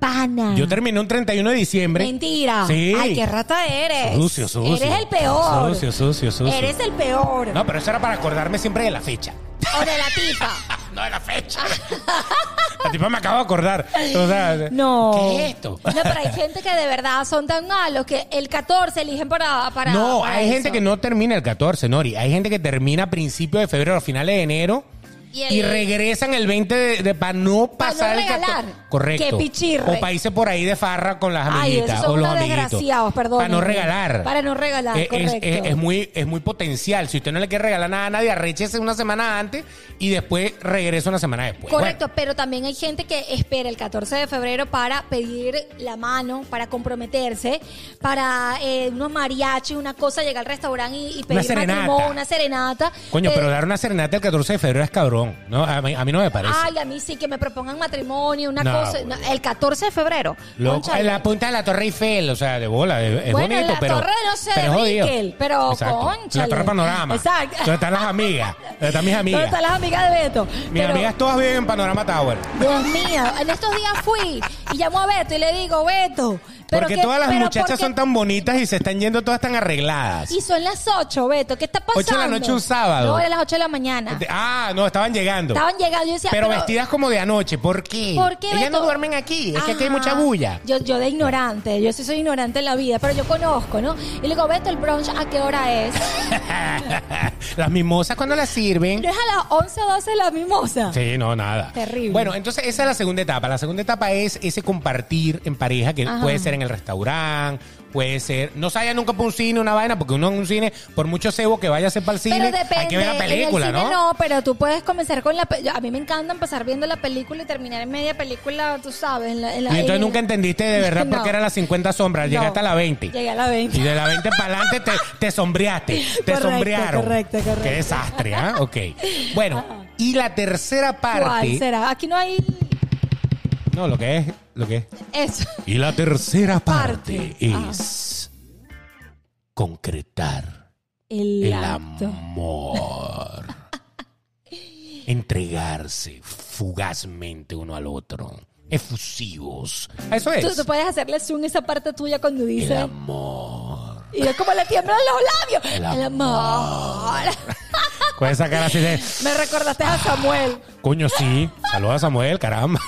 Pana.
Yo terminé un 31 de diciembre.
Mm. Mentira.
Sí.
Ay, qué rata eres.
Sucio, sucio.
Eres el peor.
Sucio, sucio, sucio.
Eres el peor.
No, pero eso era para acordarme siempre de la fecha. Ah,
O de la tipa.
No de la
(laughs)
fecha. la tipa me acabo de acordar. O sea,
No.
¿Qué es esto?
No, pero hay gente que de verdad son tan malos que el 14 eligen para. para
No,
para
hay
eso.
gente que no termina el 14, Nori. Hay gente que termina a principios de febrero, a finales de enero. Y,
Y el-
regresan el 20 de, para no
Pa' no
pasar el 14.
regalar.
Correcto.
Qué pichirre.
O para irse por ahí de farra con las
Ay,
amiguitas
esos son
o los
unos
amiguitos.
desgraciados, perdón.
Para no regalar.
Para no regalar,
Eh, es,
correcto.
es- es muy, es muy potencial. Si usted no le quiere regalar nada a nadie, arréchese una semana antes y después regresa una semana después.
Correcto,
Bueno,
pero también hay gente que espera el 14 de febrero para pedir la mano, para comprometerse, para eh, unos mariachis, una cosa, llegar al restaurante y, y pedir
serenata.
matrimonio, una serenata.
Coño,
Eh,
pero dar una serenata el 14 de febrero es cabrón. No, a, mí, a mí no me parece.
Ay, a mí sí que me propongan matrimonio, una
No,
cosa.
güey.
no, el 14 de febrero.
Loco,
Cónchale.
en la punta de la Torre Eiffel, o sea, de bola, es, es
Bueno,
bonito,
la
pero.
torre no sé
pero
de
es jodido.
Miquel, pero
Exacto.
cónchale.
La Torre Panorama.
Exacto.
Donde están las amigas, donde están mis
¿Dónde
amigas.
están las amigas de Beto?
Mis
Pero-
amigas todas viven en Panorama Tower.
Dios mío, en estos días fui y llamo a Beto y le digo, Beto, Pero
Porque
qué-
todas las
pero
muchachas
porque-
son tan bonitas y se están yendo todas tan arregladas.
Y son las 8, Beto. ¿Qué está pasando?
Ocho de la noche un sábado.
No, era las 8 de la mañana.
Ah, no, estaban llegando.
Estaban llegando. Yo decía,
pero, vestidas como de anoche. ¿Por qué?
¿Por qué,
Ellas
Beto?
no duermen aquí. Es que aquí hay
Ajá.
mucha bulla. (laughs)
Yo, yo de ignorante, yo sí soy ignorante en la vida, pero yo conozco, ¿no? Y le digo, Beto, el brunch, ¿a qué
(laughs)
hora es?
las mimosas cuando las sirven.
¿No es a las 11 o 12 la mimosa?
Sí, no, nada.
Terrible.
Bueno, entonces esa es la segunda etapa. La segunda etapa es ese compartir en pareja, que
Ajá.
puede ser en el restaurante, puede ser. No salga nunca para un cine, una vaina, porque uno en un cine, por mucho cebo que vaya a ser para el cine,
Pero depende.
hay que ver la película,
en el cine
¿no?
no, pero tú puedes comenzar con la. pe- yo- A mí me encanta empezar viendo la película y terminar en media película, tú sabes. En la, en la-
Y entonces
en-
nunca entendiste de verdad
(laughs) No.
por qué eran las 50 sombras.
No.
Llegaste a la 20.
Llegué a la 20.
Y de la 20 para adelante te, te sombreaste, te
Correcto,
sombrearon.
correcto, correcto.
Qué desastre, ¿ah? Ok. Bueno, y la tercera
¿Cuál
parte.
será? Aquí no hay
No, lo que es, lo que es.
eso.
Y la tercera parte,
Parte.
es concretar
El,
el
acto. (laughs)
amor. Entregarse fugazmente uno al otro. Efusivos. Eso
Tú,
es.
tú puedes hacerle zoom a esa parte tuya cuando
El
dice.
amor.
Y es como le tiemblan los labios.
El
El amor.
Con esa cara así de,
Me recordaste a Samuel.
coño, sí. Saluda a Samuel, caramba.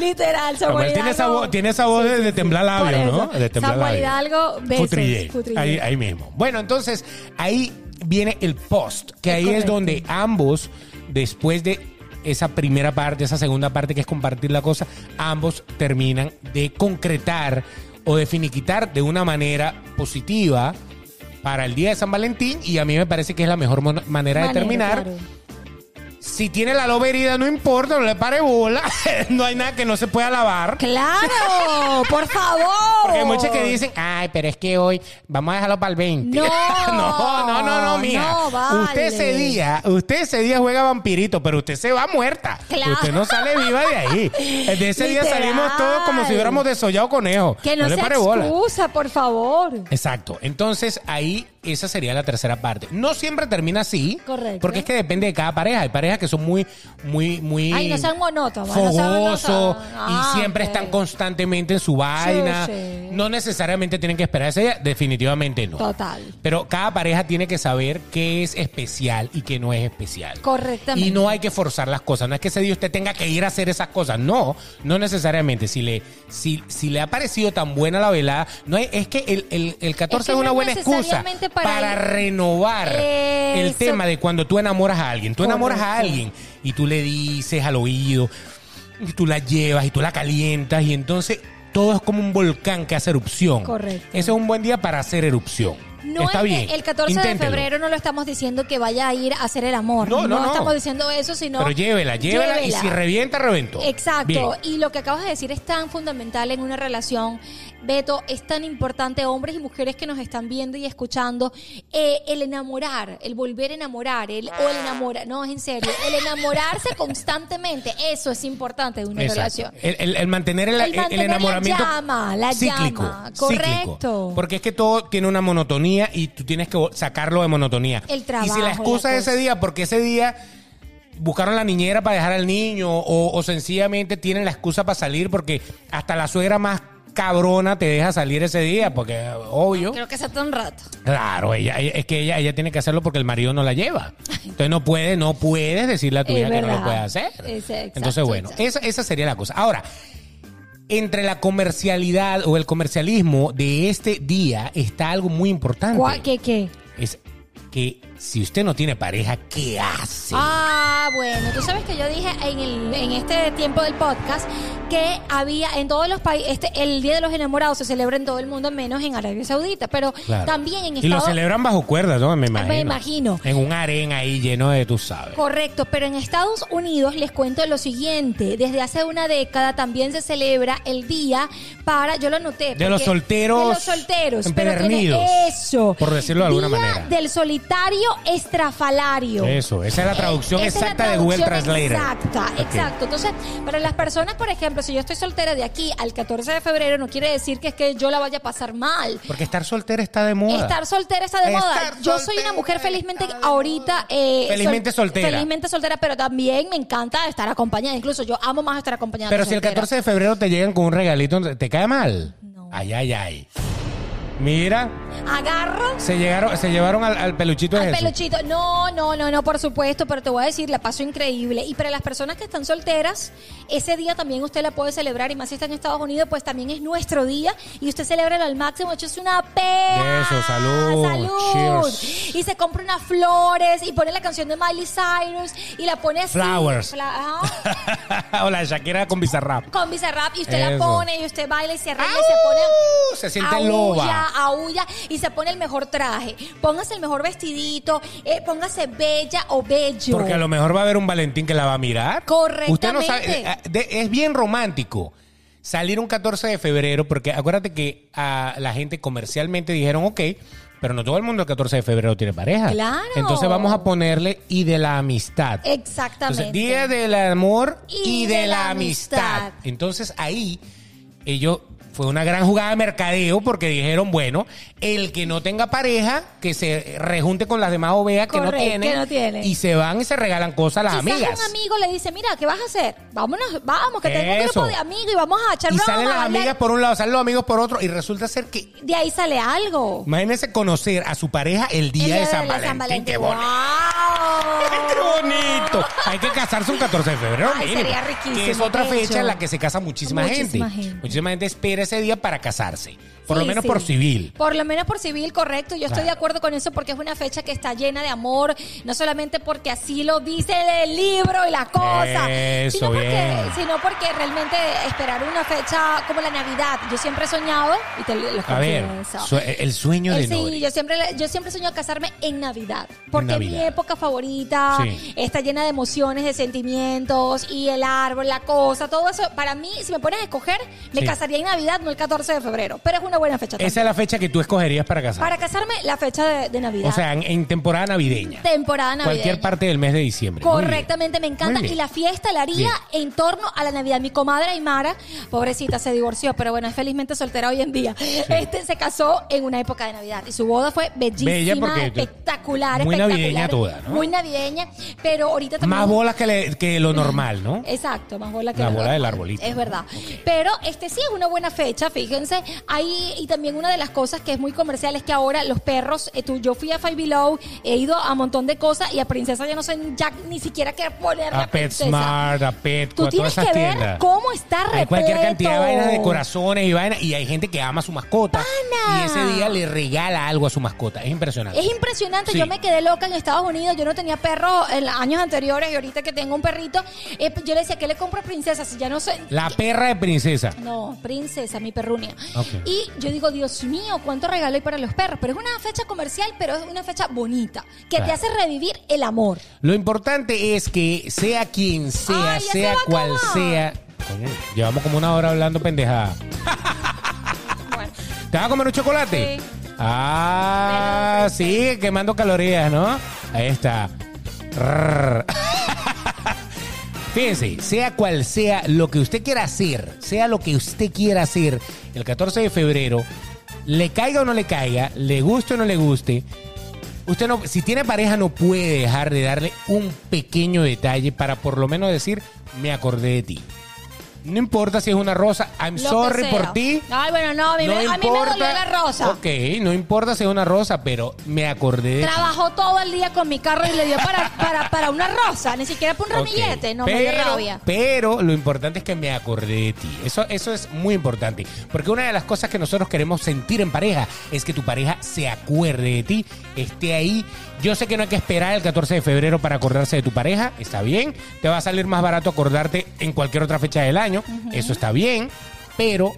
Literal, Samuel.
Samuel tiene esa,
Hidalgo.
voz, tiene esa voz de, de temblar
Por
labio, ¿no?
eso.
De temblar
Samuel
labio.
Hidalgo, besos,
Futrillé.
futrillé.
Ahí, ahí mismo. Bueno, entonces ahí viene el post, que
Es
ahí es
correcto.
donde ambos, después de esa primera parte, esa segunda parte que es compartir la cosa, ambos terminan de concretar o de finiquitar de una manera positiva para el día de San Valentín y a mí me parece que es la mejor mono- manera, de
Manera,
terminar.
claro.
Si tiene la loba herida, no importa, no le pare bola, (laughs) no hay nada que no se pueda lavar.
Claro, por favor.
Porque hay muchas que dicen, ay, pero es que hoy vamos a dejarlo para el 20.
No,
(laughs) no, no, no, no, mija.
no, vale.
Usted ese día, usted ese día juega vampirito, pero usted se va muerta.
Claro.
Usted no sale viva de ahí. De
(laughs)
ese día
Literal.
salimos todos como si hubiéramos desollado conejo.
Que no,
le
se
pare bola. Eh,
excusa, por favor.
Exacto. Entonces ahí esa sería la tercera parte. No siempre termina así.
Correcto.
Porque es que depende de cada pareja. Hay parejas que son muy, muy, muy.
Ay, no sean monótonos, no sean
Fogosos.
monótonos. Ah,
y siempre
ok.
están constantemente en su vaina.
sí.
No necesariamente tienen que esperar ese día. Definitivamente no.
Total.
Pero cada pareja tiene que saber qué es especial y qué no es especial.
Correctamente.
Y no hay que forzar las cosas. No es que ese día usted tenga que ir a hacer esas cosas. No, no necesariamente. Si le, si, si le ha parecido tan buena la velada, no hay- es que el, el, el 14 es,
que no
una
es
buena excusa
necesariamente para
para,
ir-
renovar el
Eso.
tema de cuando tú enamoras a alguien. Tú enamoras a
Correcto.
alguien y tú le dices al oído, y tú la llevas y tú la calientas y entonces todo es como un volcán que hace erupción.
Correcto.
Ese es un buen día para hacer erupción.
No
Está
es
bien.
que el 14 de
Inténtelo.
febrero no lo estamos diciendo que vaya a ir a hacer el amor.
No, no, no.
estamos diciendo eso, sino.
Pero llévela, llévela, y si revienta, reventó.
Exacto.
Bien.
Y lo que acabas de decir es tan fundamental en una relación. Beto, es tan importante, hombres y mujeres que nos están viendo y escuchando, eh, el enamorar, el volver a enamorar, el, o el enamorar, no, es en serio, el enamorarse (laughs) constantemente, eso es importante de una
Exacto.
relación.
El, el- el mantener el,
El
el- el
mantener la
enamoramiento
llama, la
cíclico,
llama,
cíclico.
correcto.
Porque es que todo tiene una monotonía y tú tienes que sacarlo de monotonía.
El trabajo,
Y si la excusa
la
es ese
cosa.
día, porque ese día buscaron la niñera para dejar al niño o, o sencillamente tienen la excusa para salir porque hasta la suegra más cabrona te deja salir ese día porque obvio
Creo que se hace un rato.
claro ella, ella- es que ella ella tiene que hacerlo porque el marido no la lleva entonces no puede no puedes decirle a tu
Es
hija que no
verdad.
lo puede hacer
Es- exacto,
entonces bueno
exacto.
esa, esa sería la cosa. Ahora, entre la comercialidad o el comercialismo de este día está algo muy importante.
¿Cuál- ¿Qué, qué?
Es que si usted no tiene pareja, ¿qué hace?
Ah, bueno, tú sabes que yo dije en, el, en este tiempo del podcast que había en todos los países, este, el Día de los Enamorados se celebra en todo el mundo, menos en Arabia Saudita, pero
Claro.
también en
Y lo
Estados
celebran bajo cuerdas, ¿no? Me imagino.
imagino.
En un harén ahí lleno de, tú sabes.
Correcto, pero en Estados Unidos les cuento lo siguiente, desde hace una década también se celebra el día para, yo lo anoté,
De los
porque-
solteros
de los solteros, pero tiene
empedernidos,
eso,
por decirlo de alguna
Día
manera.
del solitario estrafalario.
Eso, esa es la traducción
Esa es la
exacta exacta de Google
traducción
Translator.
Exacta,
Ok.
exacto. Entonces, para las personas, por ejemplo, si yo estoy soltera de aquí al 14 de febrero, no quiere decir que es que yo la vaya a pasar mal.
Porque estar soltera está de moda.
Estar soltera está de
Ah. Estar
moda. Yo soy
soltera
una mujer felizmente
está de
ahorita. eh,
Felizmente soltera.
Felizmente soltera, pero también me encanta estar acompañada. Incluso yo amo más estar acompañada.
Pero
que
si el
soltera.
14 de febrero te llegan con un regalito, ¿te- ¿te cae mal?
No.
Ay, ay, ay. Mira,
Agarro
se llegaron, se llevaron al, al peluchito de
al
Jesús.
Ah, peluchito. No, no, no, no, por supuesto, pero te voy a decir, la paso increíble. Y para las personas que están solteras, ese día también usted la puede celebrar. Y más si está en Estados Unidos, pues también es nuestro día. Y usted celebra al máximo. Eso es una pea.
Eso, salud.
Salud.
Cheers.
Y se compra unas flores y pone la canción de Miley Cyrus y la pone así.
Flowers.
Fla-
(laughs)
ajá.
o la Shakira con Bizarrap.
con Bizarrap y usted la
Eso.
pone y usted baila y se arregla y
¡Au!
se pone
Se siente
aulla,
loba.
aulla y se pone el mejor traje póngase el mejor vestidito eh, póngase bella o bello
Porque a lo mejor va a haber un Valentín que la va a mirar.
Correctamente.
Usted no sabe. eh, de- Es bien romántico salir un 14 de febrero, porque acuérdate que a la gente comercialmente dijeron, ok, pero no todo el mundo el 14 de febrero tiene pareja.
Claro.
Entonces vamos a ponerle y de la amistad.
exactamente
Entonces, día del amor y,
Y
de,
de
la,
la
amistad.
amistad.
Entonces ahí ellos fue una gran jugada de mercadeo porque dijeron, bueno, el que no tenga pareja, que se rejunte con las demás ovejas que no
Correcto,
tienen.
que no tienen.
Y se van y se regalan cosas a las
Quizás
amigas.
un amigo le dice, mira, ¿qué vas a hacer? Vámonos, vamos, que tengo un
Eso.
grupo de amigos y vamos a echar
y
broma,
salen las
vamos a hablar".
amigas por un lado, salen los amigos por otro, y resulta ser que,
De ahí sale algo.
imagínense conocer a su pareja el día,
El
de,
día
San,
la
Valentín. ¡Qué
¡Wow!
bonito! (laughs) ¡Qué bonito! Hay que casarse un 14 de febrero.
Ay,
mínimo,
sería riquísimo,
Que es otra
de hecho.
fecha en la que se casa muchísima,
Muchísima
gente.
gente.
Muchísima gente espera ese día para casarse. Por lo
Sí,
menos
sí.
por civil.
Por lo menos por civil, correcto. Yo estoy
Claro.
de acuerdo con eso porque es una fecha que está llena de amor, no solamente porque así lo dice el libro y la cosa,
Eso,
sino, porque,
bien.
sino porque realmente esperar una fecha como la Navidad. Yo siempre he soñado, y te lo los
A ver,
confieso.
su- el sueño
Eh,
de
Sí,
Nori.
yo siempre, le- yo siempre sueño casarme en Navidad, porque es mi
Navidad.
época favorita,
Sí.
está llena de emociones, de sentimientos, y el árbol, la cosa, todo eso. Para mí, si me pones a escoger, me
Sí.
casaría en Navidad, no el 14 de febrero, pero es una buena fecha. también.
Esa es la fecha que tú escogerías para casar.
Para casarme, la fecha de, de Navidad.
o sea, en, en temporada navideña.
temporada navideña.
Cualquier parte del mes de diciembre. Muy bien.
Correctamente, me encanta.
Muy bien.
Y la fiesta la haría en torno a la Navidad. Mi comadre Aymara, pobrecita, se divorció, pero bueno, es felizmente soltera hoy en día. Este se casó en una época de Navidad y su boda fue bellísima,
Bella porque-
espectacular,
muy
espectacular.
navideña toda, ¿no?
Muy navideña, pero ahorita también... Eh,
Más bolas que, le- que lo normal, ¿no?
Exacto, más bola que
La
el
bola
árbol.
del arbolito.
Es verdad. Pero este sí es una buena fecha, fíjense. Ahí, y también una de las cosas que es muy comercial es que ahora los perros, eh, tú, yo fui a Five Below, he ido a un montón de cosas y a Princesa ya no sé ya ni siquiera qué ponerle
A
a Princesa.
PetSmart, a Petco,
Tú
a todas
tienes
esas
que ver
tiendas.
cómo está
Hay cualquier
repleto.
cantidad de vainas de corazones y vainas. Y hay gente que ama a su mascota.
Pana.
Y ese día le regala algo a su mascota. Es impresionante.
Es impresionante,
Sí.
yo me quedé loca en Estados Unidos, yo no tenía perro en los años anteriores y ahorita que tengo un perrito, eh, yo le decía, ¿qué le compro a princesa? Si ya no sé,
La perra de princesa.
No, princesa, mi perrunia.
Ok.
Y yo digo, Dios mío, cuánto regalo hay para los perros. Pero es una fecha comercial, pero es una fecha bonita, que
Claro.
te hace revivir el amor.
Lo importante es que sea quien sea,
Ay, ya se
sea
va a
cual
acabar.
sea. Coño, llevamos como una hora hablando pendejada.
Bueno,
¿Te vas a comer un chocolate?
Sí.
Ah,
Pero,
sí, quemando calorías, ¿no? Ahí está. Rrr. (laughs) Fíjense, sea cual sea lo que usted quiera hacer, sea lo que usted quiera hacer el 14 de febrero, le caiga o no le caiga, le guste o no le guste, usted no, si tiene pareja no puede dejar de darle un pequeño detalle para por lo menos decir, me acordé de ti. No importa si es una rosa, I'm
lo que
sorry
sea.
por ti.
Ay, bueno, no, a mí,
No
me, a mí me
importa.
dolió la rosa.
Ok, no importa si es una rosa, pero me acordé de ti.
Trabajó todo el día con mi carro y le dio para, para, para una rosa, ni siquiera para un
Ok,
ramillete. No, me dio
pero,
rabia.
Pero lo importante es que me acordé de ti. Eso, eso es muy importante. Porque una de las cosas que nosotros queremos sentir en pareja es que tu pareja se acuerde de ti, esté ahí. Yo sé que no hay que esperar el 14 de febrero para acordarse de tu pareja, está bien. Te va a salir más barato acordarte en cualquier otra fecha del año, eso está bien. Pero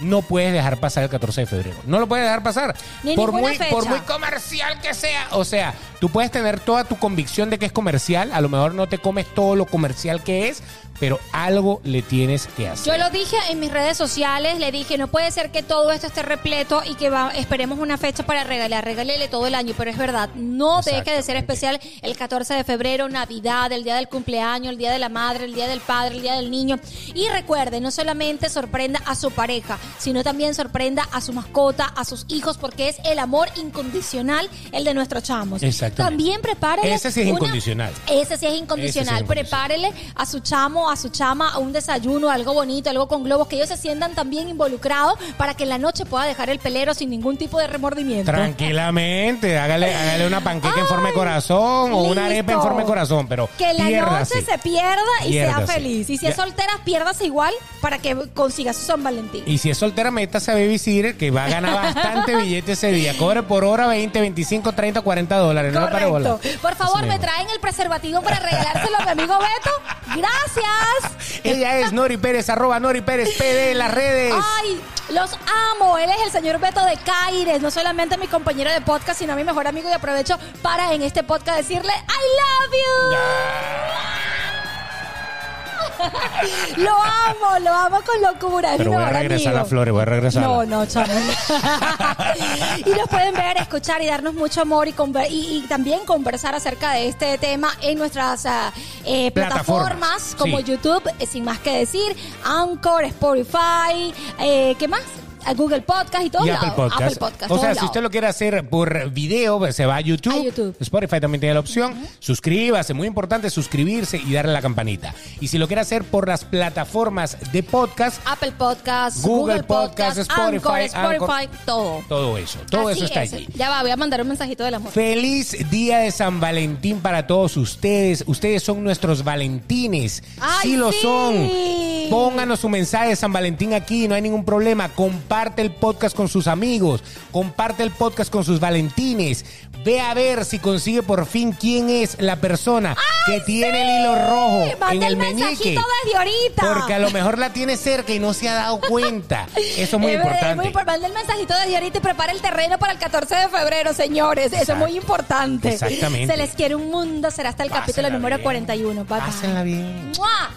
no puedes dejar pasar el 14 de febrero. No lo puedes dejar pasar.
Ni
por,
ninguna
muy,
fecha.
por muy comercial que sea. O sea, tú puedes tener toda tu convicción de que es comercial. A lo mejor no te comes todo lo comercial que es, pero algo le tienes que hacer.
Yo lo dije en mis redes sociales, le dije, no puede ser que todo esto esté repleto y que va- esperemos una fecha para regalar, regálele todo el año, pero es verdad, no deje de ser
Exactamente.
especial el 14 de febrero, Navidad, el día del cumpleaños, el día de la madre, el día del padre, el día del niño. Y recuerde, no solamente sorprenda a su pareja, sino también sorprenda a su mascota, a sus hijos, porque es el amor incondicional el de nuestros chamos.
Exactamente.
También prepárele
Ese sí es
una-
incondicional.
Ese sí es incondicional.
incondicional.
Prepárele a su chamo, a su chama, a un desayuno, algo bonito, algo con globos, que ellos se sientan también involucrados para que en la noche pueda dejar el pelero sin ningún tipo de remordimiento.
Tranquilamente, hágale, hágale una panqueca en forma de
Ay,
corazón o una arepa en
listo.
forma de corazón, pero
Que la
piérdase.
noche se pierda y sea
Piérdase.
feliz. Y si es
Ya.
soltera, piérdase igual para que consiga su San Valentín.
Y si es soltera, métase a Babysitter, que va a ganar bastante billete ese día. Cobre por hora 20, 25, 30, 40 dólares. No para bola.
Correcto. Por favor,
Así
me
mismo.
traen el preservativo para regalárselo a mi amigo Beto. Gracias.
(laughs) Ella es Nori Pérez, arroba Nori Pérez PD en las redes.
Ay, los amo. Él es el señor Beto de Caires, no solamente mi compañero de podcast, sino mi mejor amigo y aprovecho para en este podcast decirle I love you. (laughs) Lo amo, lo amo con locura. es
Pero
mi
voy a
mejor
regresar
amigo.
las flores, voy a regresar.
No, no, chamo. y nos pueden ver, escuchar y darnos mucho amor y, conver- y, y también conversar acerca de este tema en nuestras ah, eh, plataformas,
Plataformas,
como
sí.
YouTube, eh, sin más que decir, Anchor, Spotify, eh, ¿qué más? A Google Podcast y todo.
Y Apple Podcast. O
todos
sea, si
lados.
usted lo quiere hacer por video, pues, se va a YouTube.
A YouTube.
Spotify también tiene la opción. Suscríbase, muy importante suscribirse y darle a la campanita. Y si lo quiere hacer por las plataformas de podcast,
Apple Podcast,
Google
Google, Podcast,
Podcast,
Anchor,
Spotify, Anchor.
Spotify, todo.
todo eso, todo
Así
eso está
es.
allí.
Ya va, voy a mandar un mensajito del amor.
Feliz día de San Valentín para todos ustedes. Ustedes son nuestros valentines.
¡Ay,
sí lo
sí!
son. Pónganos su mensaje de San Valentín aquí, no hay ningún problema. Comparte el podcast con sus amigos. Comparte el podcast con sus valentines. Ve a ver si consigue por fin quién es la persona que tiene el hilo
Sí,
rojo en
manda
el
el
meñique.
mensajito desde ahorita.
Porque a lo mejor la tiene cerca y no se ha dado cuenta. Eso es muy
(laughs) Es verdad,
importante.
Es muy importante. Manda el mensajito desde ahorita y prepara el terreno para el 14 de febrero, señores. Eso es
Exacto.
muy importante.
Exactamente.
Se les quiere un mundo. Será hasta el capítulo
Pásenla
número
bien.
41. Bye, bye.
Pásenla bien.
¡Mua!